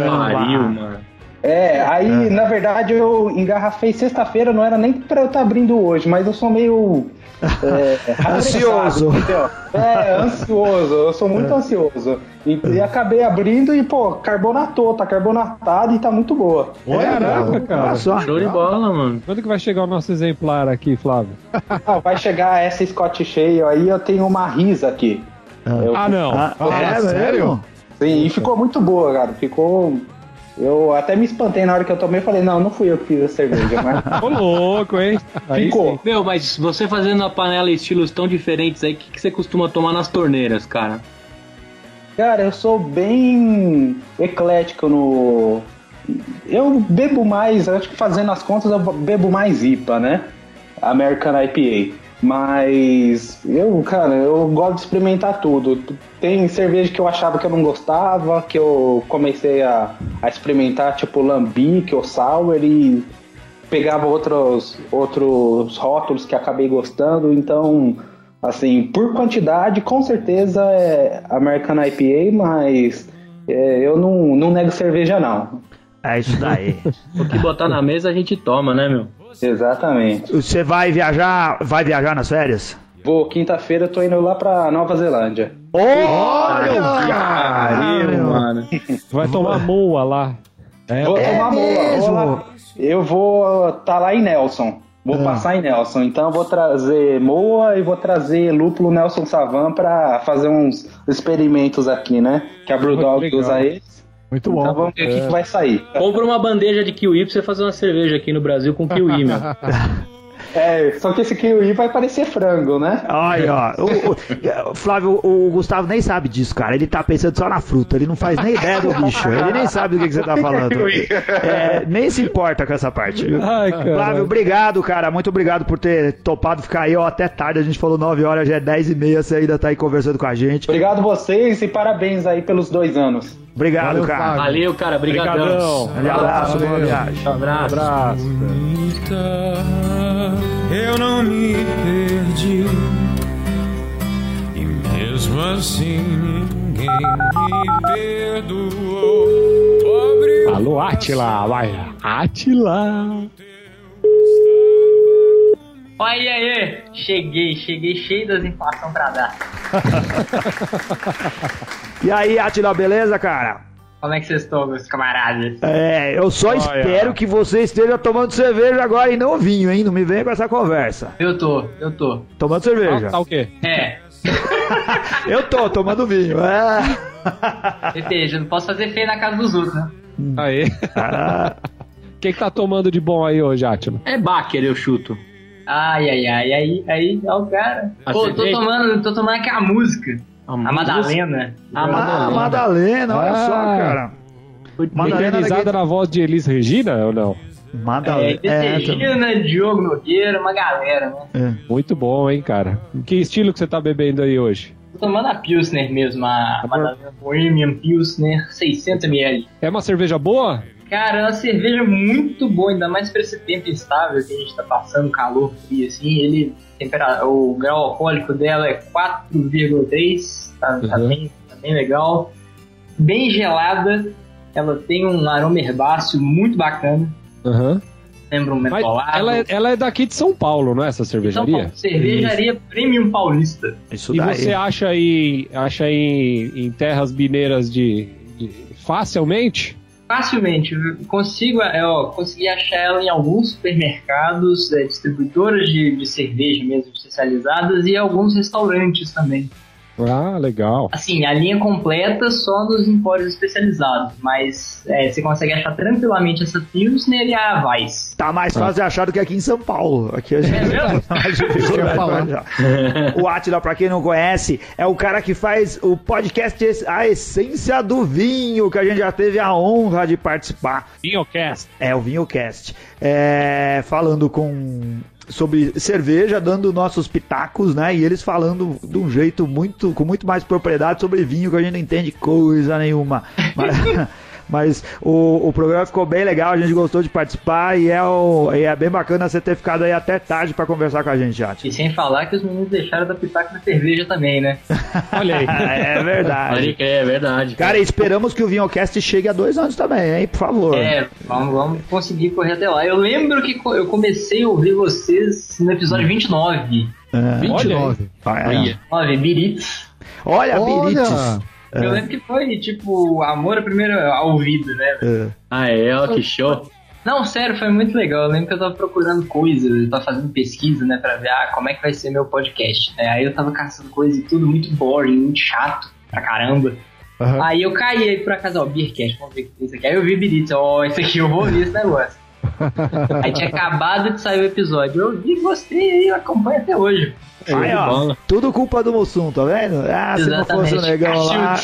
A: mano.
P: É, aí na verdade eu engarrafei sexta-feira, não era nem pra eu estar abrindo hoje, mas eu sou meio. é,
B: Ansioso.
P: apressado, entendeu? É, ansioso, eu sou muito ansioso. E, e acabei abrindo e, pô, carbonatou, tá carbonatada e tá muito boa.
C: Caraca, cara.
A: Show de bola, mano.
C: Quando que vai chegar o nosso exemplar aqui, Flávio?
P: Ah, vai chegar essa Scott Shale aí, eu tenho uma risa aqui. Eu-
C: Ah, não. Ah, é sério?
P: Sim, e ficou muito boa, cara. Ficou. Eu até me espantei na hora que eu tomei e falei, não, não fui eu que fiz a cerveja, mas.
C: Ô louco, hein?
P: Ficou.
A: Meu, mas você fazendo a panela em estilos tão diferentes aí, o que, que você costuma tomar nas torneiras, cara?
P: Cara, eu sou bem eclético no. Eu bebo mais, acho que fazendo as contas, eu bebo mais IPA, né? American IPA. Mas eu, cara, eu gosto de experimentar tudo. Tem cerveja que eu achava que eu não gostava, que eu comecei a, a experimentar, tipo lambic ou sour, e pegava outros, outros rótulos que acabei gostando. Então, assim, por quantidade, com certeza é American IPA, mas é, eu não, não nego cerveja, não.
B: É isso daí.
A: O que botar na mesa a gente toma, né, meu?
P: Exatamente.
B: Você vai viajar, vai viajar nas férias?
P: Vou, quinta-feira eu tô indo lá pra Nova Zelândia.
B: Olha,
P: Caralho, mano.
C: Vai tomar moa lá. É,
P: Vou
C: é
P: tomar boa,
C: mesmo?
P: vou lá. Eu vou tá lá em Nelson. Vou passar em Nelson. Então eu vou trazer Moa e vou trazer Lúpulo Nelson Savan pra fazer uns experimentos aqui, né? Que a Brewdog
A: Legal.
P: usa eles.
D: Muito
P: bom. Então vamos ver
A: É.
P: o que que vai sair.
A: Compra uma bandeja de kiwi pra você fazer uma cerveja aqui no Brasil com kiwi, meu.
P: É, só que esse kiwi vai parecer frango, né?
B: Olha, ó. O, o- Flávio, o, o Gustavo nem sabe disso, cara. Ele tá pensando só na fruta. Ele não faz nem ideia do bicho. Ele nem sabe do que, que você tá falando. É, nem se importa com essa parte. viu?
C: Ai, cara.
B: Flávio, obrigado, cara. Muito obrigado por ter topado ficar aí ó, até tarde. A gente falou 9 horas, já é 10 e meia. Você ainda tá aí conversando com a gente.
P: Obrigado vocês e parabéns aí pelos dois anos.
B: Obrigado, cara.
A: Valeu, cara. Brigadão.
B: Obrigadão. Um Abraço, boa viagem.
A: Abraço.
F: Bonita, eu não me perdi. E mesmo assim ninguém me perdoou. Pobre
K: Alô, Atila, vai. Atila.
Q: Olha aí, cheguei, cheguei cheio das informações pra dar.
B: E aí, Atila, beleza, cara?
Q: Como é que vocês estão, meus camaradas?
B: É, eu só
Q: Olha.
B: espero que você esteja tomando cerveja agora e não vinho, hein? Não me venha com essa conversa.
Q: Eu tô, eu tô.
B: Tomando cerveja.
Q: Tá- tá o
C: quê?
Q: É,
B: Eu tô tomando vinho. É.
Q: Pepejo, não posso fazer feio na casa dos outros, né?
C: Aí. O que, que tá tomando de bom aí hoje, Atila?
A: É Baker, eu chuto.
Q: Ai, ai, ai, aí, aí, ó o cara.
A: A
Q: Pô, tô
A: cerveja?
Q: tomando, tô tomando aqui a música. A,
A: música?
Q: Madalena. A
B: Ah,
Q: Madalena.
B: Madalena, olha
C: Ah.
B: só, cara. Madalena é
C: Modernizada na voz de Elis Regina ou não? Tá,
B: Madalena.
Q: É, Regina, Diogo Nogueira, uma galera, né?
B: então. É.
C: Muito bom, hein, cara. Que estilo que você tá bebendo aí hoje?
Q: Tô tomando a Pilsner mesmo, a Madalena Bohemian Pilsner 600ml.
C: É uma cerveja boa?
Q: Cara, é uma cerveja muito boa, ainda mais pra esse tempo instável que a gente tá passando, calor, frio, assim. Ele, tempera, o grau alcoólico dela é 4,3, tá, tá
C: Uhum.
Q: bem, tá bem legal. Bem gelada, ela tem um aroma herbáceo muito bacana,
C: Aham.
Q: lembra um
C: Mas
Q: mentolado.
C: ela, é- ela é daqui de São Paulo, não é essa
Q: São
C: cervejaria?
Q: Paulo, cervejaria Premium Paulista.
B: Isso
C: E
B: daí.
C: você acha aí, acha aí em, em terras mineiras de, de- facilmente?
Q: Facilmente, eu consigo, é, ó, consegui achar ela em alguns supermercados, é, distribuidoras de, de cerveja mesmo especializadas e alguns restaurantes também.
C: Ah, legal.
Q: Assim, a linha completa só nos empórios especializados, mas é, você consegue achar tranquilamente essa Pilsner e a Weiss.
B: Tá mais fácil de achar do que aqui em São Paulo. Aqui a gente mais dificuldade pra achar. O Atila, pra quem não conhece, é o cara que faz o podcast Es- A Essência do Vinho, que a gente já teve a honra de participar.
C: Vinhocast.
B: É, o Vinhocast. É, falando com sobre cerveja, dando nossos pitacos, né? E eles falando de um jeito muito com muito mais propriedade sobre vinho que a gente não entende coisa nenhuma. Mas- Mas o, o programa ficou bem legal, a gente gostou de participar e é, o, e é bem bacana você ter ficado aí até tarde pra conversar com a gente, Jati.
Q: E sem falar que os meninos deixaram da pitaco na cerveja também, né?
B: Olha aí. é verdade.
Q: Pode crer, é verdade.
B: Cara, esperamos que o Vinhocast chegue a dois anos também, hein? Por favor.
Q: É, vamos, vamos conseguir correr até lá. Eu lembro que co- eu comecei a ouvir vocês no episódio 29.
B: É.
Q: 29.
B: Olha,
Q: 29, Birites.
B: Olha, Birites.
Q: Eu lembro que foi, tipo, amor à primeira ao ouvido, né?
A: Ah, é, ó, que show.
Q: Não, sério, foi muito legal. Eu lembro que eu tava procurando coisas, eu tava fazendo pesquisa, né, pra ver ah, como é que vai ser meu podcast. né? Aí eu tava caçando coisa e tudo muito boring, muito chato pra caramba. Aí eu caí aí por acaso, ó, Beercast, vamos ver o que tem isso aqui. Aí eu vi Birito, ó, isso aqui eu vou ouvir esse negócio. Aí tinha acabado de sair o episódio. Eu vi, gostei e acompanho até hoje.
B: Aí, É, ó, tudo culpa do Mussum, tá vendo? Ah, se não fosse o
Q: Exatamente.
B: negão lá.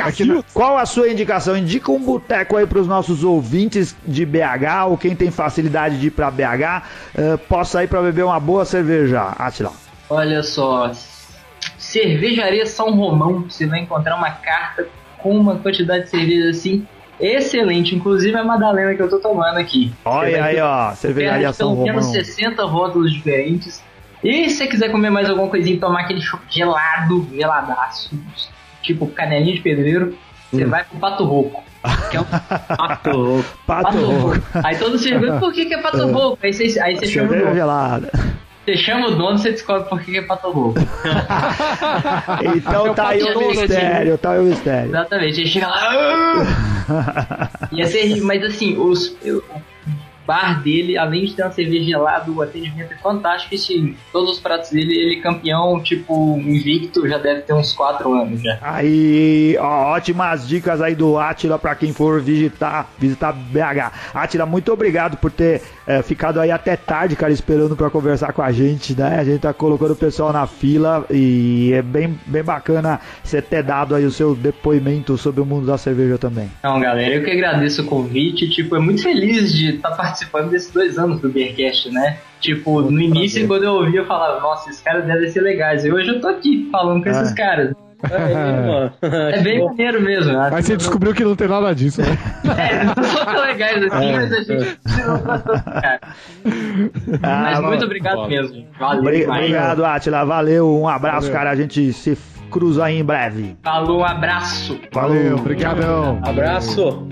B: Aqui no- Qual a sua indicação? Indica um boteco aí pros nossos ouvintes de BH ou quem tem facilidade de ir pra BH, eh, possa ir pra beber uma boa cerveja. Atila.
Q: Olha só, Cervejaria São Romão, você vai encontrar uma carta com uma quantidade de cerveja assim excelente, inclusive a Madalena que eu tô tomando aqui.
B: Olha
Q: Você vai
B: aí,
Q: ter
B: ó, cervejaria
Q: perto de
B: São
Q: pelo menos
B: Romão.
Q: 60 rótulos diferentes. E se você quiser comer mais alguma coisinha e tomar aquele chopp gelado, geladaço, tipo canelinha de pedreiro, você
B: Hum.
Q: vai pro Pato Rouco.
B: Pato Rouco. Pato Rouco.
Q: Aí todo mundo se pergunta, por que, que é Pato Rouco? Aí você, aí você chama o
B: Cerveja
Q: dono.
B: gelada.
Q: Você chama o dono e você descobre por que, que é Pato Rouco.
B: Então
Q: Eu
B: tá aí
Q: posso
B: o
Q: te ver,
B: mistério, tá aí o mistério.
Q: Exatamente, aí chega lá. "Ah!" Ia ser ri- mas assim, os, eu- o bar dele, além de ter uma cerveja gelada, o atendimento é fantástico. E sim, todos os pratos dele, ele é campeão, tipo, invicto, já deve ter uns 4 anos já.
B: Aí, ó, ótimas dicas aí do Atila pra quem for visitar, visitar BH. Atila, muito obrigado por ter eh, ficado aí até tarde, cara, esperando pra conversar com a gente, né? A gente tá colocando o pessoal na fila e é bem, bem bacana você ter dado aí o seu depoimento sobre o mundo da cerveja também.
Q: Então, galera, eu que agradeço o convite. Tipo, é muito feliz de estar participando desses dois anos do Beercast, né? Tipo, no início, quando eu ouvi, eu falava, nossa, esses caras devem ser legais. E hoje eu tô aqui falando com
B: Ah.
Q: esses caras. É bem maneiro mesmo.
D: Aí você descobriu que não tem nada disso, né?
Q: É, Só tão legais assim, mas a gente
G: É.
Q: precisa tratar, cara. Mas muito obrigado mesmo. Valeu,
B: Obri-
Q: valeu.
B: Ah, Obrigado, Atila. Valeu, um abraço,
Q: Valeu.
B: cara. A gente se f- cruza aí em breve.
Q: Falou, abraço.
B: Valeu, obrigadão.
A: Abraço.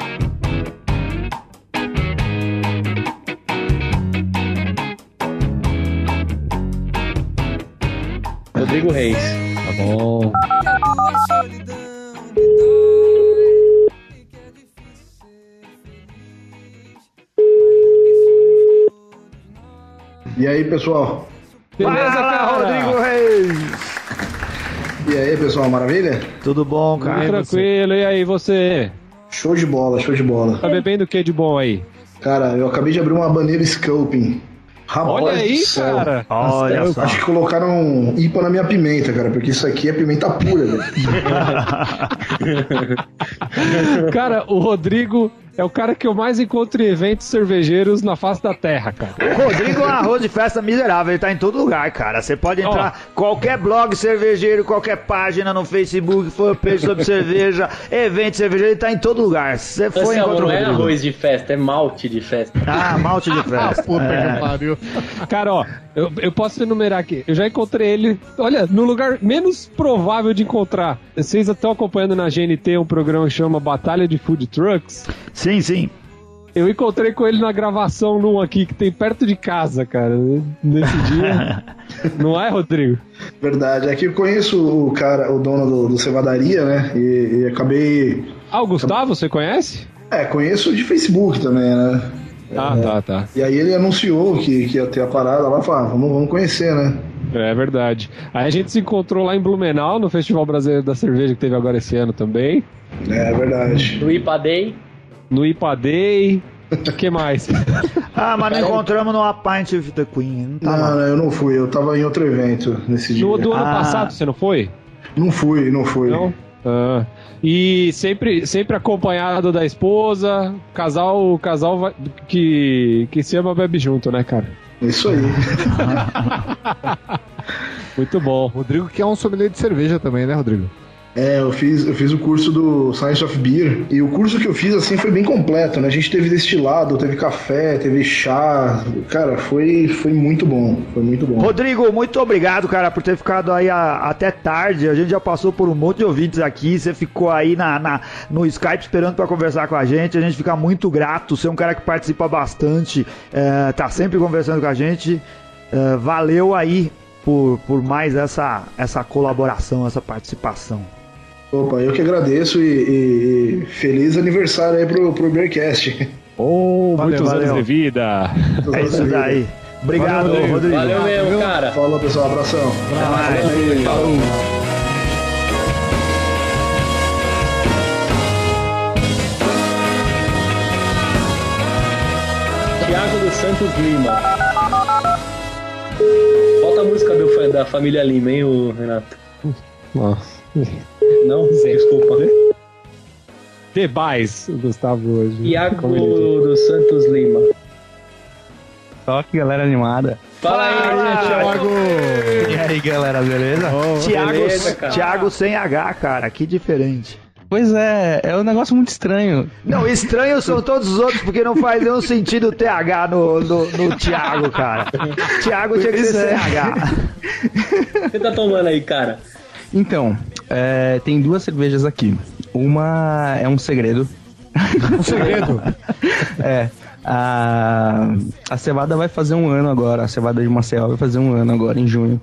A: Rodrigo Reis.
K: Tá bom.
R: E aí, pessoal?
B: Beleza, Fala, cara? Rodrigo Reis!
R: E aí, pessoal, maravilha?
B: Tudo bom,
C: Tudo tranquilo, e aí você?
R: Show de bola, show de bola.
C: Tá bebendo o que de bom aí?
R: Cara, eu acabei de abrir uma banheira Scoping. Rapaz
C: Olha aí,
R: do céu.
C: cara.
B: Olha
R: eu
B: só.
R: Acho que colocaram IPA na minha pimenta, cara, porque isso aqui é pimenta pura, velho.
C: Cara, o Rodrigo é o cara que eu mais encontro em eventos cervejeiros na face da terra, cara.
B: Rodrigo é um arroz de festa miserável, ele tá em todo lugar, cara. Você pode entrar qualquer blog cervejeiro, qualquer página no Facebook, for page sobre cerveja, evento cervejeiro, ele tá em todo lugar. Se Você foi
A: Esse amor
B: encontrar o
A: não é
B: Rodrigo.
A: arroz de festa, é malte de festa.
B: Ah, malte de festa.
A: Puta
B: É.
A: que pariu.
C: Cara, ó, eu, eu posso enumerar aqui. Eu já encontrei ele, olha, no lugar menos provável de encontrar. Vocês estão acompanhando na GNT um programa que chama Batalha de Food Trucks?
B: Sim, sim.
C: Eu encontrei com ele na gravação num aqui que tem perto de casa, cara. Nesse dia. Não é, Rodrigo?
R: Verdade. É que eu conheço o cara, o dono do, do Cevadaria, né? E, e acabei.
C: Ah, o Gustavo, você conhece?
R: É, conheço de Facebook também, né?
C: Ah, tá, tá.
R: E aí ele anunciou que, que ia ter a parada lá, falou, ah, vamos, vamos conhecer, né?
C: É verdade. Aí a gente se encontrou lá em Blumenau, no Festival Brasileiro da Cerveja que teve agora esse ano também.
R: É verdade.
A: No Ipadei.
C: No Ipadei. O que mais?
B: Ah, mas não encontramos no A Pint of the Queen. Não tá lá.
R: Não, não, eu não fui, eu tava em outro evento nesse dia.
C: No do ano
R: Ah.
C: passado você não foi?
R: Não fui, não fui.
C: Não? Ah. E sempre, sempre acompanhado da esposa, casal, casal vai- que, que se ama bebe junto, né, cara?
R: Isso aí.
C: Muito bom.
D: Rodrigo que é um sommelier de cerveja também, né, Rodrigo?
R: É, eu fiz, eu fiz o curso do Science of Beer e o curso que eu fiz assim foi bem completo, né? A gente teve destilado, teve café, teve chá, cara, foi, foi muito bom, foi muito bom.
B: Rodrigo, muito obrigado, cara, por ter ficado aí a- até tarde. A gente já passou por um monte de ouvintes aqui. Você ficou aí na, na- no Skype esperando pra conversar com a gente. A gente fica muito grato. Você é um cara que participa bastante, é, tá sempre conversando com a gente. É, valeu aí por, por mais essa, essa colaboração, essa participação.
R: Opa, eu que agradeço e, e- e feliz aniversário aí pro, pro Bearcast.
K: Oh,
R: Valeu,
K: muitos anos
R: valeu.
K: de vida.
R: É isso daí.
B: Obrigado,
R: Valeu,
B: Rodrigo.
R: Valeu mesmo, cara. Falou, pessoal. Abração.
A: Tiago dos Santos Lima. Falta a música do, fa- da família Lima, hein, ô Renato?
K: Nossa.
A: Não? Desculpa.
K: Debais, o Gustavo hoje.
A: Tiago dos Santos Lima.
S: Só que galera animada.
A: Fala aí, Tiago!
S: E aí, galera, beleza?
B: Tiago, Tiago sem H, cara, que diferente.
S: Pois é, é um negócio muito estranho.
B: Não, estranhos são todos os outros, porque não faz nenhum sentido o TH no, no, no Tiago, cara. Tiago tinha que
S: Pois
B: ser
S: é.
B: CH.
A: O que tá tomando aí, cara?
S: Então, é, tem duas cervejas aqui. Uma é um segredo. Um segredo? é. A, a cevada vai fazer um ano agora. A cevada de Maceió vai fazer um ano agora, em junho.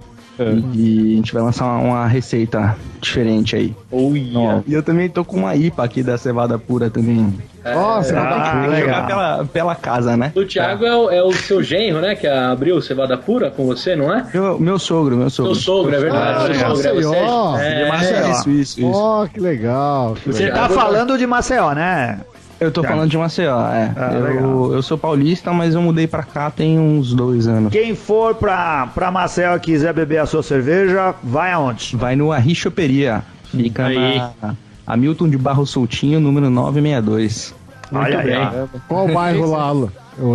S: E, e a gente vai lançar uma, uma receita diferente aí. Ó, E eu também tô com uma IPA aqui da cevada pura também.
A: Nossa,
S: Ah, tem que jogar pela, pela casa, né?
A: O Thiago é o, é o seu genro, né? Que abriu o Cevada Pura com você, não é?
S: Meu, meu sogro, meu sogro.
A: Seu sogro, é verdade. seu
S: Ah,
A: sogro, é você?
S: Maceió. De Maceió. Isso, isso, isso.
D: Oh, que legal. que
B: Você
D: legal.
B: tá falando de Maceió, né?
S: Eu tô falando de Maceió, é.
B: Ah, legal.
S: eu, eu sou paulista, mas eu mudei pra cá tem uns dois anos.
B: Quem for pra, pra Maceió e quiser beber a sua cerveja, vai aonde?
S: Vai no Arrischoperia. Fica
B: Aí.
S: na Hamilton de Barro Soltinho, número 962.
D: Olha aí, ó. Qual bairro lá, Alan?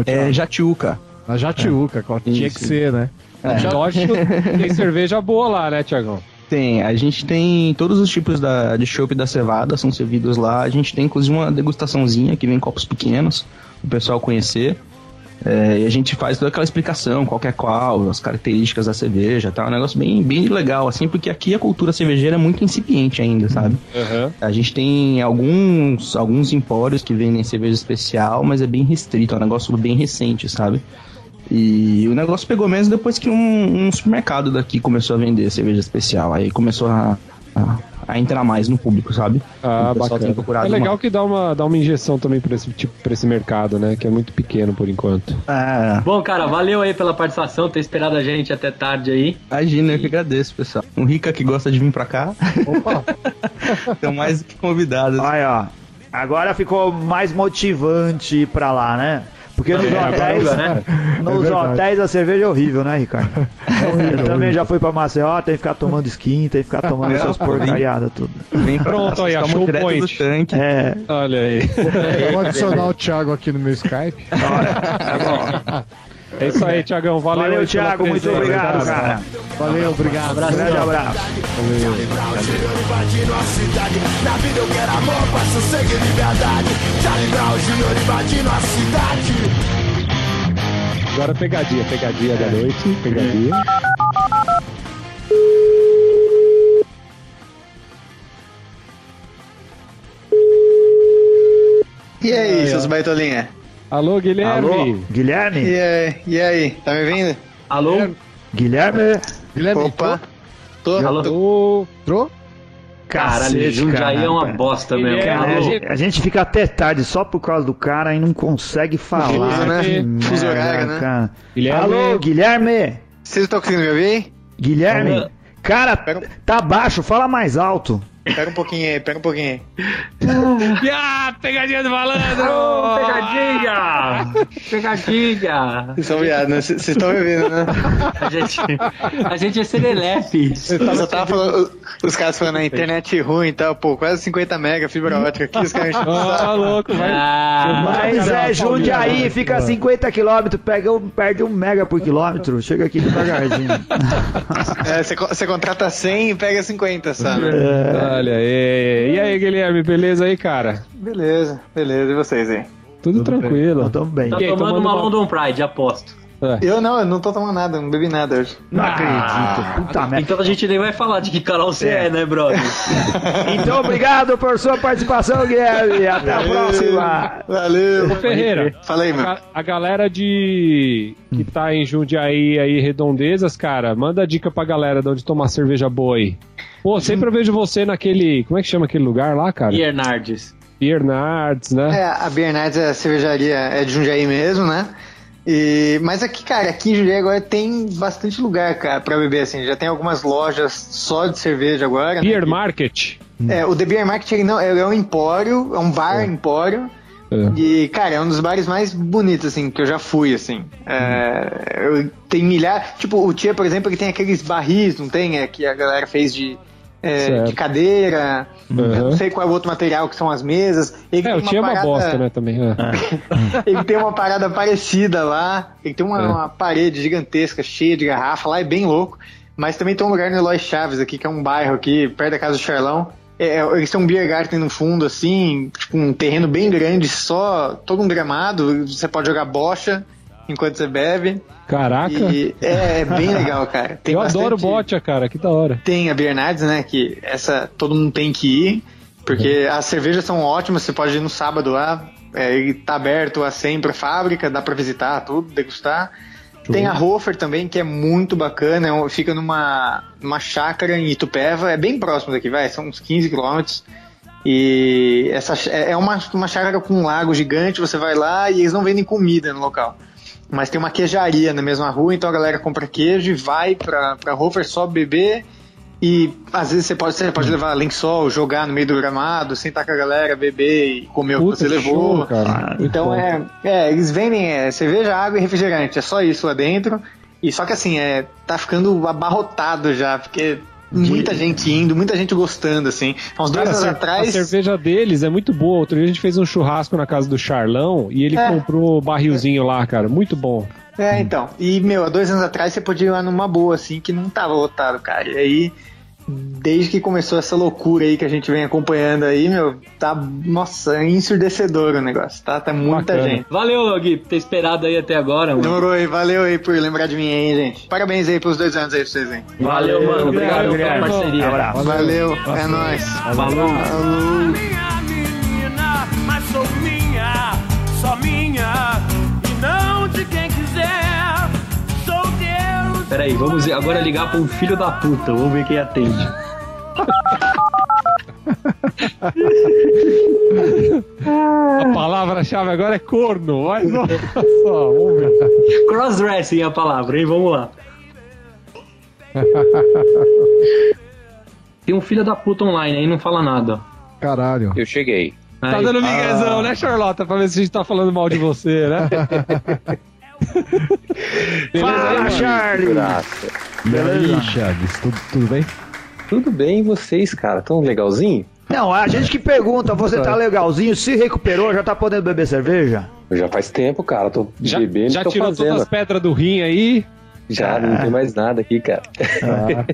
S: É Jatiuca.
D: Na Jatiuca, claro. Tinha
S: Isso.
D: que ser, né?
S: É.
C: Lógico, tem cerveja boa lá, né, Tiagão?
S: Tem, a gente tem todos os tipos da, de chopp da cevada, são servidos lá. A gente tem inclusive uma degustaçãozinha que vem em copos pequenos, o pessoal conhecer. É, e a gente faz toda aquela explicação, qual que é qual, as características da cerveja, tá? Um negócio bem, bem legal, assim, porque aqui a cultura cervejeira é muito incipiente ainda, sabe? A gente tem alguns, alguns empórios que vendem cerveja especial, mas é bem restrito, é um negócio bem recente, sabe? E o negócio pegou mesmo depois que um, um supermercado daqui começou a vender cerveja especial. Aí começou a, a, a entrar mais no público, sabe?
C: Ah,
S: o pessoal
C: bacana.
S: tem procurado
C: É legal
S: uma-
C: que dá uma, dá uma injeção também pra esse, tipo, pra esse mercado, né? Que é muito pequeno por enquanto.
A: Bom, cara, valeu aí pela participação, ter esperado a gente até tarde aí.
S: Imagina, eu que agradeço, pessoal. Um rica que gosta de vir pra cá. Estão mais do que convidados.
B: Aí, ó. Agora ficou mais motivante ir pra lá, né? Porque nos
S: É, agora
B: hotéis,
S: dá, né?
B: nos
S: É verdade.
B: hotéis a cerveja é horrível, né, Ricardo? Eu também já fui pra Maceió, tem que ficar tomando skin, tem que ficar tomando essas porcariadas tudo.
S: Vem pra
B: Pronto,
S: cá,
B: aí,
S: vocês
B: achou
S: tomam
B: o
S: direto
B: point.
S: do tanque.
B: É.
C: Olha aí.
D: Vou adicionar o Thiago aqui no meu Skype.
C: É isso aí, Tiagão. Valeu,
D: Valeu,
C: aí pela
D: Thiago, muito
C: presença.
D: obrigado, cara. Valeu, obrigado.
B: Grande abraço.
T: Brasileiro invadindo a cidade. Na vida eu quero amor, paz, sossego e liberdade. Charlie Brown Jr. invadindo a cidade.
C: Agora é pegadinha, pegadinha da noite, pegadinha.
U: E é aí,
C: Aí,
U: seus
C: ó.
U: baitolinha?
C: Alô, Guilherme?
U: Alô,
B: Guilherme?
U: E aí, e aí, tá me ouvindo?
A: Alô?
B: Guilherme?
U: Guilherme? Opa. Tô,
C: Alô?
D: Entrou?
A: Caralho, Jundiaí é uma bosta mesmo.
B: Cara, a,
S: né,
A: Alô?
B: gente, a gente fica até tarde só por causa do cara e não consegue falar.
U: né?
B: Que
U: Fuso
B: merda,
U: horário, né?
B: cara.
U: Guilherme?
B: Alô, Guilherme?
U: Vocês estão conseguindo me ouvir? um-
B: Guilherme?
U: Alô?
B: Cara, tá baixo, fala mais alto.
U: Pera um pouquinho aí, pera um pouquinho aí.
I: ah, pegadinha do malandro! pegadinha! Pegadinha!
U: Vocês são viados, né? Vocês estão me vendo, né?
A: A gente, a gente é serelepe.
U: Eu só tava falando, os caras falando na internet é ruim e tal, pô, quase 50 mega fibra ótica aqui, os caras.
B: Ó, louco, vai.
A: Ah.
U: Ah, tá
B: Mas é Jundiaí, fica assim. a 50 km, pega, um- perde um mega por quilômetro, chega aqui devagarzinho.
U: É, você co- você contrata 100 e pega 50, sabe?
B: É.
C: Olha aí. E aí, Guilherme, beleza aí, cara?
U: Beleza, beleza. E vocês aí?
C: Tudo, tranquilo.
B: Tudo bem.
A: Tá tomando uma London Pride, aposto.
U: Eu não, eu não tô tomando nada, não bebi nada hoje.
B: É. Não acredito. Puta merda.
A: Então a gente nem vai falar de que canal você é, né, brother?
B: Então, obrigado por sua participação, Guilherme. Até a próxima.
U: Valeu.
C: Ô, Ferreira.
U: Fala aí,
C: mano. A, a galera de. que tá em Jundiaí aí, redondezas, cara, manda dica pra galera de onde tomar cerveja boa aí. Pô, sempre eu vejo você naquele. Como é que chama aquele lugar lá, cara?
A: Bernardes.
C: Bernardes, né?
U: É, a Bernardes, a cervejaria é de Jundiaí mesmo, né? E, mas aqui, cara, aqui em Jundiaí agora tem bastante lugar, cara, pra beber, assim. Já tem algumas lojas só de cerveja agora. né?
C: Beer Market.
U: É, o The Beer Market ele não, ele é um empório, é um bar empório.
C: É.
U: E, cara, é um dos bares mais bonitos, assim, que eu já fui, assim. É, eu- tem milhares. Tipo, o Tia, por exemplo, ele tem aqueles barris, não tem? É, que a galera fez de, é,
C: Certo.
U: de cadeira.
C: Uhum.
U: Eu não sei qual é o outro material que são as mesas. Ele
C: É,
U: tem
C: o Tia é uma
U: parada-
C: bosta, né, também. é.
U: ele tem uma parada parecida lá. Ele tem uma,
C: É.
U: uma parede gigantesca, cheia de garrafa. Lá é bem louco. Mas também tem um lugar no Eloy Chaves aqui, que é um bairro aqui, perto da casa do Charlão. É, é, eles têm um beer garden no fundo, assim, tipo um terreno bem grande, só todo um gramado. Você pode jogar bocha enquanto você bebe.
C: Caraca.
U: E é, é bem legal, cara. Tem
C: eu
U: bastante-
C: adoro bote, cara, que da hora.
U: tem a Bernardes, né? Que essa todo mundo tem que ir, porque
C: Uhum.
U: as cervejas são ótimas, você pode ir no sábado lá, é, ele tá aberto a sempre a fábrica, dá pra visitar tudo, degustar. Tem a Hofer também, que é muito bacana, é um- fica numa, numa chácara em Itupeva, é bem próximo daqui, vai, são uns 15 quilômetros. E essa ch- é é uma, uma chácara com um lago gigante, você vai lá e eles não vendem comida no local. Mas tem uma queijaria na mesma rua, então a galera compra queijo e vai pra, pra Hofer só beber. E às vezes você pode, você pode levar lençol, jogar no meio do gramado, sentar com a galera, beber e comer o que você levou.
C: show, cara.
U: Então é, é, eles vendem é, cerveja, água e refrigerante, é só isso lá dentro. E só que assim, é, tá ficando abarrotado já, porque muita gente indo, muita gente gostando, assim. Há uns dois
C: Cara, a
U: anos
C: cer- A
U: atrás.
C: cerveja deles é muito boa. Outro dia a gente fez um churrasco na casa do Charlão e ele
U: É.
C: comprou barrilzinho lá, cara. Muito bom.
U: É, então. E, meu, há dois anos atrás você podia ir lá numa boa, assim, que não tava lotado, cara. E aí, desde que começou essa loucura aí que a gente vem acompanhando aí, meu, tá, nossa, é ensurdecedor o negócio, tá? Tá muita
S: É.
U: gente.
A: Valeu, Gui, por ter esperado aí até agora, mano.
U: Demorou aí, valeu aí por lembrar de mim aí, gente. Parabéns aí pelos dois anos aí pra vocês, hein?
A: Valeu, mano. Obrigado pela
U: Guilherme.
A: parceria.
U: Abraço. Valeu, é nóis.
F: Sou minha menina, mas sou minha, só minha, e não de quem quiser. Sou Deus.
A: Peraí, vamos agora ligar pra um filho da puta. Vamos ver quem atende.
C: A palavra-chave agora é corno. Mas olha só, vamos ver.
A: Crossdressing é a palavra, hein? Vamos lá. Tem um filho da puta online aí, não fala nada. ah.
D: Caralho.
M: Eu cheguei.
C: Tá dando miguezão, né, Charlota? Pra ver se a gente tá falando mal de você, né?
B: Fala, Charlie.
M: Beleza. E aí, Chaves, tudo, tudo bem? Tudo bem, e vocês, cara? Tão legalzinho?
B: Não, a gente que pergunta, você tá legalzinho, se recuperou, já tá podendo beber cerveja?
M: Já faz tempo, cara. Tô de bebendo,
C: Já
M: tô
C: tirou
M: fazendo.
C: todas as pedras do rim aí?
M: Já, não
B: Ah.
M: tem mais nada aqui, cara.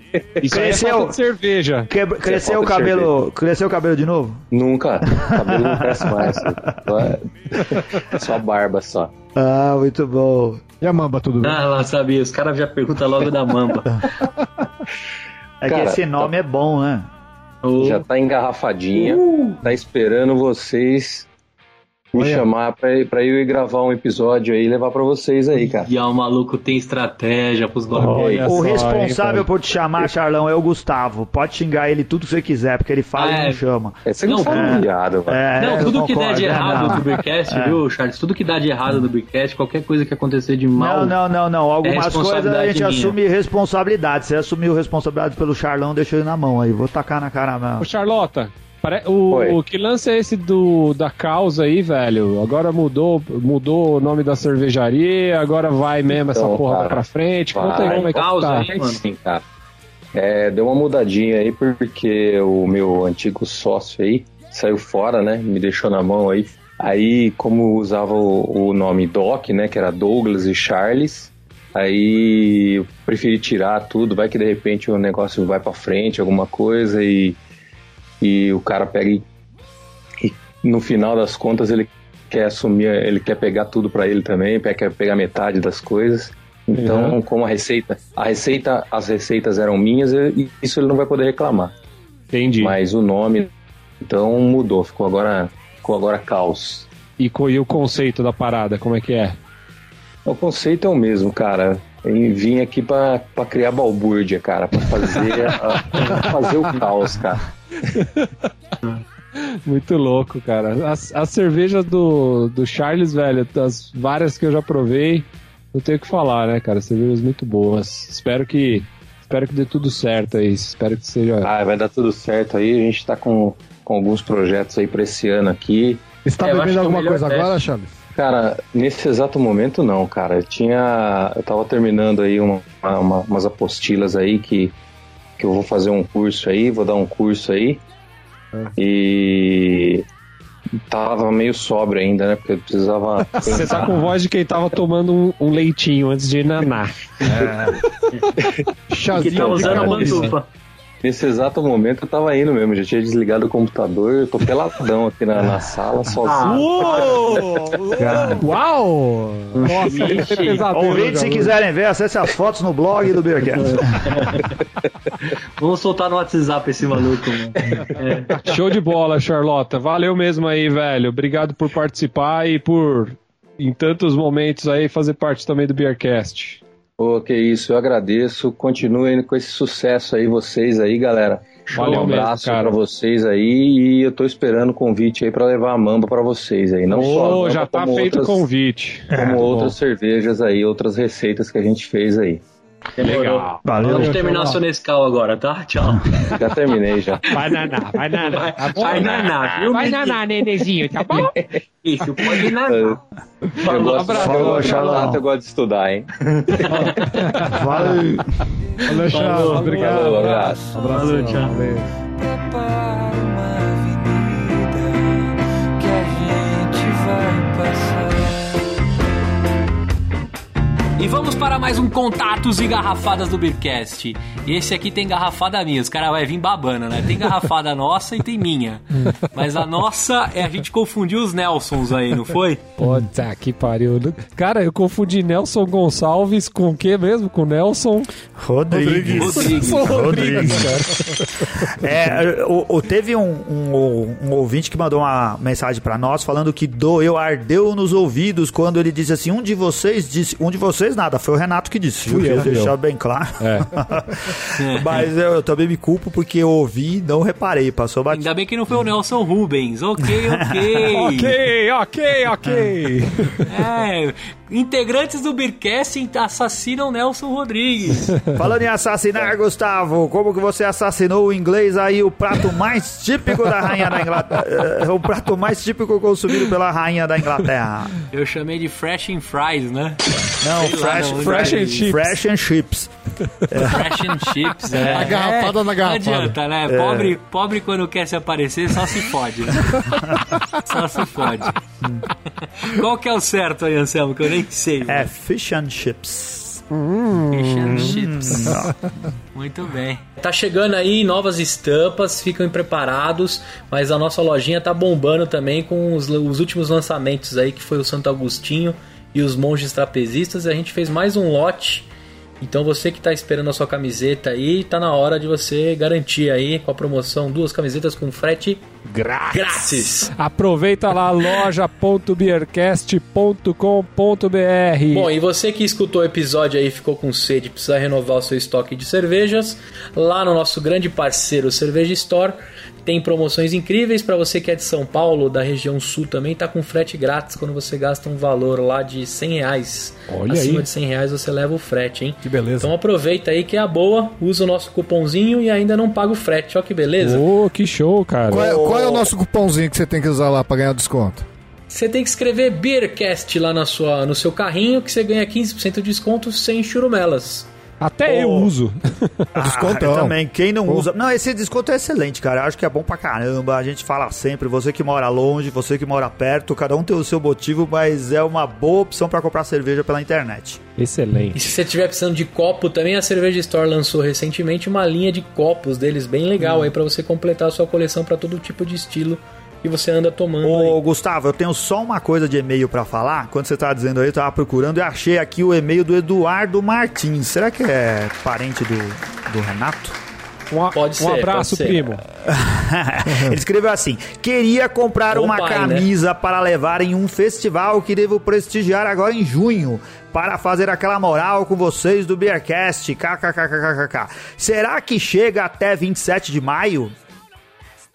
C: Isso aí é
B: Cresceu.
C: falta de cerveja.
B: Quebra- cresceu o
M: falta de
B: cabelo, cresceu o cabelo de novo?
M: Nunca. Cabelo
N: Uhum.
M: não cresce mais. Só, só a barba só.
B: Ah, muito bom.
D: E a mamba, tudo
A: Ah, lá sabia, os caras já perguntam logo da mamba.
B: É
M: Cara,
B: que esse
M: tá-
B: nome é bom, né?
M: Já tá engarrafadinha.
B: Uh.
M: Tá esperando vocês me chamar pra, pra eu ir gravar um episódio aí e levar pra vocês aí, cara.
A: E ah, o maluco tem estratégia pros bagulhos.
B: o responsável por te chamar, Charlão, é o Gustavo. Pode xingar ele tudo que você quiser, porque ele fala
A: Ah,
B: e
A: é.
B: não chama.
A: Esse Gustavo é um viado,
B: É,
A: não,
B: eu
A: tudo que der
B: concordo,
A: de
B: é,
A: errado
B: não.
A: no Beercast,
B: É.
A: viu, Charles? Tudo que dá de errado no Beercast, qualquer coisa que acontecer de mal.
B: Não, não, não, não.
A: é
B: Algumas coisas a
A: responsabilidade
B: gente
A: minha.
B: assume responsabilidade. Você assumiu responsabilidade pelo Charlão, deixa ele na mão aí. Vou tacar na cara mesmo.
C: Ô, Charlota, Pare- O, o que lance é esse do, da causa aí, velho? Agora mudou, mudou o nome da cervejaria, agora vai mesmo essa
N: Então,
C: porra
N: cara,
C: pra frente. Conta aí
N: Vai,
C: como é que tá.
N: Sim, cara. É, deu uma mudadinha aí porque o meu antigo sócio aí saiu fora, né? Me deixou na mão aí. Aí, como usava o, o nome Doc, né? Que era Douglas e Charles, aí eu preferi tirar tudo. Vai que de repente o negócio vai pra frente, alguma coisa, e, e o cara pega e, e no final das contas ele quer assumir, ele quer pegar tudo pra ele também, pe- quer pegar metade das coisas. Então,
C: Uhum.
N: como a receita, a receita, as receitas eram minhas, e isso ele não vai poder reclamar.
C: Entendi.
N: Mas o nome então mudou, ficou agora, ficou agora caos.
C: E, co- e o conceito da parada, como é que é?
N: O conceito é o mesmo, cara. Eu Vim aqui pra pra criar balbúrdia, cara, pra fazer, a- pra fazer o caos, cara.
C: Muito louco, cara. As, as cervejas do, do Charles, velho, as várias que eu já provei, não tenho o que falar, né, cara? Cervejas muito boas. Espero que. Espero que dê tudo certo aí. Espero que seja.
N: Ah, vai dar tudo certo aí. A gente tá com, com alguns projetos aí pra esse ano aqui.
H: Você tá
N: É, eu acho que
H: bebendo
N: é o
H: alguma
N: melhor
H: coisa
N: teste.
H: agora, Charles?
N: Cara, nesse exato momento não, cara. Eu tinha. Eu tava terminando aí uma- uma- umas apostilas aí que, que eu vou fazer um curso aí, vou dar um curso aí.
C: É.
N: E tava meio sóbrio ainda, né? Porque eu precisava.
C: Você tá com voz de quem tava tomando um, um leitinho antes de naná. É.
N: Chazinho
C: Que tá usando a pantufa.
N: Nesse exato momento eu tava indo mesmo, já tinha desligado o computador, eu tô peladão aqui na, na
C: Ah.
N: sala, sozinho.
H: Uau!
N: Nossa, deve ser pesadelo,
B: Ouvinte, se
N: garoto.
B: quiserem ver, acesse as fotos no blog do Beercast.
V: Vamos soltar no WhatsApp esse maluco, mano.
A: É.
C: Show de bola, Charlota. Valeu mesmo aí, velho. Obrigado por participar e por, em tantos momentos aí, fazer parte também do Beercast.
N: Pô, que isso, eu agradeço. Continuem com esse sucesso aí, vocês aí, galera.
C: Valeu
N: um
C: mesmo,
N: abraço
C: cara.
N: pra vocês aí e eu tô esperando o convite aí pra levar a mamba pra vocês aí. Não só a
C: Ô,
N: mamba,
C: já tá
N: como
C: feito o
N: outras-
C: convite.
H: É,
N: Como outras cervejas aí, outras receitas que a gente fez aí.
V: Demorou. Vamos terminar o seu Nescau agora, tá? Tchau.
N: Já terminei já.
C: Vai naná, vai naná.
V: Vai, vai naná, viu?
W: Vai
V: naná,
C: nenenzinho, tá bom?
V: Isso, pode né? naná.
N: Eu gosto,
V: abraço,
N: eu gosto de
V: Charlão.
N: falar, eu gosto de estudar, hein?
H: Valeu. Valeu, Charles.
N: Falou.
H: Obrigado.
N: Falou, abraço.
H: Abraço.
N: Falou, tchau.
H: Valeu.
F: que a gente vai
A: E vamos para mais um Contatos e Garrafadas do Beercast. E esse aqui tem garrafada minha, os caras vai vir babando, né? Tem garrafada nossa e tem minha. Mas a nossa é a gente confundiu os Nelsons aí, não foi?
C: Puta que pariu. Cara, eu confundi Nelson Gonçalves com o quê mesmo? Com Nelson
L: Rodrigues.
C: Rodrigues.
L: Rodrigues.
B: É, o, o- teve um, um- um ouvinte que mandou uma mensagem pra nós falando que doeu, ardeu nos ouvidos quando ele disse assim: um de vocês disse, um de vocês nada, foi o Renato que disse, viu?
L: Fui
B: Queria
L: eu, fui
B: deixar
L: eu.
B: bem claro. Mas eu, eu também me culpo porque eu ouvi e não reparei, passou batido.
A: Ainda bem que não foi o Nelson Rubens. Ok, ok.
C: ok, ok, ok.
A: É, integrantes do Beercast assassinam Nelson Rodrigues.
B: Falando em assassinar, Gustavo, como que você assassinou o inglês aí, o prato mais típico da rainha da Inglaterra? eh, O prato mais típico consumido pela rainha da Inglaterra.
A: Eu chamei de Fresh and Fries, né?
B: Não,
A: Sei lá,
B: fresh,
A: não,
B: fresh
A: não
B: and
A: entendi.
B: chips. Eh, Fresh and chips.
A: Fresh and chips, é.
B: A garrafada
A: É,
B: na garrafada.
A: Não adianta, né?
B: É.
A: Pobre, pobre quando quer se aparecer, só se fode. né? só se fode. Qual que é o certo aí, Anselmo? Que eu nem sei.
B: É fish and chips.
A: Fish and chips. Hum. Muito bem. Tá chegando aí novas estampas, fiquem preparados, mas a nossa lojinha tá bombando também com os, os últimos lançamentos aí, que foi o Santo Agostinho e os Monges Trapezistas. A gente fez mais um lote, então você que tá esperando a sua camiseta aí, tá na hora de você garantir aí com a promoção duas camisetas com frete
D: Grátis.
C: Aproveita lá loja.beercast.com.br.
A: Bom, e você que escutou o episódio aí e ficou com sede, precisa renovar o seu estoque de cervejas, lá no nosso grande parceiro Cerveja Store tem promoções incríveis para você que é de São Paulo, da região sul também, tá com frete grátis quando você gasta um valor lá de 100 reais.
C: Olha
A: Acima
C: aí.
A: de 100 reais você leva o frete, hein? Que
C: beleza.
A: Então aproveita aí que é a boa, usa o nosso cupomzinho e ainda não paga o frete, ó que beleza.
C: Ô, que show, cara.
D: Qual é, qual é o nosso cupomzinho que você tem que usar lá pra ganhar desconto?
A: Você tem que escrever Beercast lá na sua, no seu carrinho que você ganha 15% de desconto sem churumelas.
C: Até
A: eu
C: uso.
D: Descontão.
B: Ah, eu também, quem não
A: Pô.
B: usa. Não, esse desconto é excelente, cara. Eu acho que é bom pra caramba. A gente fala sempre, você que mora longe, você que mora perto, cada um tem o seu motivo, mas é uma boa opção pra comprar cerveja pela internet.
A: E
C: Excelente.
A: se você estiver precisando de copo também, a Cerveja Store lançou recentemente uma linha de copos deles bem
C: Hum.
A: legal aí pra você completar a sua coleção pra todo tipo de estilo que você anda tomando.
B: Ô, Gustavo, eu tenho só uma coisa de e-mail pra falar. Quando você tá dizendo aí, eu tava procurando e achei aqui o e-mail do Eduardo Martins. Será que é parente do, do Renato?
A: pode
C: um ser, abraço, pode ser. primo.
B: Ele escreveu assim: Queria comprar
C: Ou
B: uma
C: pai, né?
B: camisa para levar em um festival que devo prestigiar agora em junho. Para fazer aquela moral com vocês do Beercast. KKKKKK. Será que chega até 27 de maio?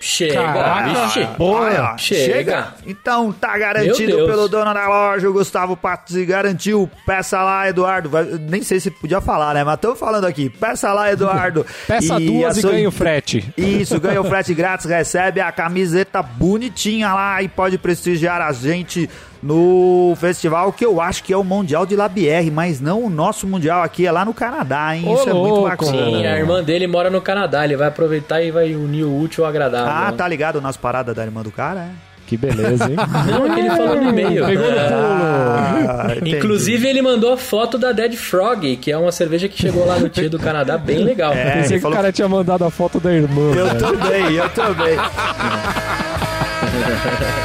A: Chega, vixe.
B: Olha,
A: Chega.
B: Então tá
A: Meu
B: garantido
A: Deus.
B: pelo dono da loja, o Gustavo Patzi garantiu. Peça lá, Eduardo. Vai- nem sei se podia falar, né? Mas estamos falando aqui. Peça lá, Eduardo.
C: Peça duas
B: a
C: e
B: sua-
C: ganha o frete.
B: Isso, ganha o frete grátis, recebe a camiseta bonitinha lá e pode prestigiar a gente no festival que eu acho que é o Mundial de Labierre, mas não o nosso Mundial aqui, é lá no Canadá, hein? Isso é muito bacana.
A: Sim, a irmã dele mora no Canadá, ele vai aproveitar e vai unir o útil ao agradável.
B: Ah,
A: né?
B: tá ligado nas paradas da irmã do cara, é?
C: Que beleza, hein?
A: Não, é que ele falou no e-mail.
C: Pegou no
B: Ah, entendi.
A: Inclusive, ele mandou a foto da Dead Frog, que é uma cerveja que chegou lá no Tia do Canadá, bem legal.
B: É,
C: Eu pensei que o cara tinha mandado a foto da irmã.
B: Eu
A: É.
C: velho.
B: também, eu também.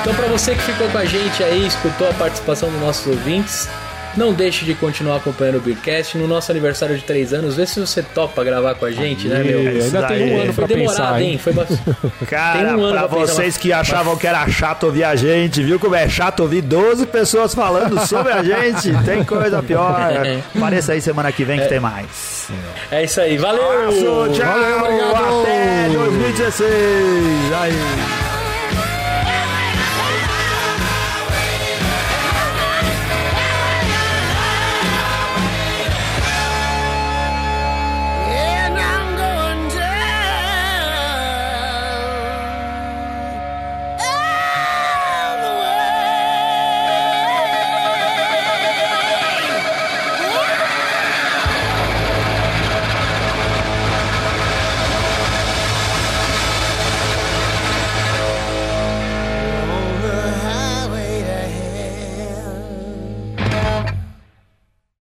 A: Então, para você que ficou com a gente aí, escutou a participação dos nossos ouvintes, não deixe de continuar acompanhando o Beercast. No nosso aniversário de 3 anos, vê se você topa gravar com a gente, né, meu?
B: Aí, ainda tem um ano
A: Foi
B: pra
A: demorado,
B: pensar, hein?
A: hein? Foi bastante.
B: Cara,
A: Tem um ano
B: pra
A: pra pensar,
B: vocês
A: mas-
B: que achavam que era chato ouvir a gente, viu como é chato ouvir 12 pessoas falando sobre a gente? Tem coisa pior. Apareça aí semana que vem que tem mais.
A: É isso aí, valeu!
B: Abraço, tchau,
A: Valeu,
B: até 2016. Aí.
F: é?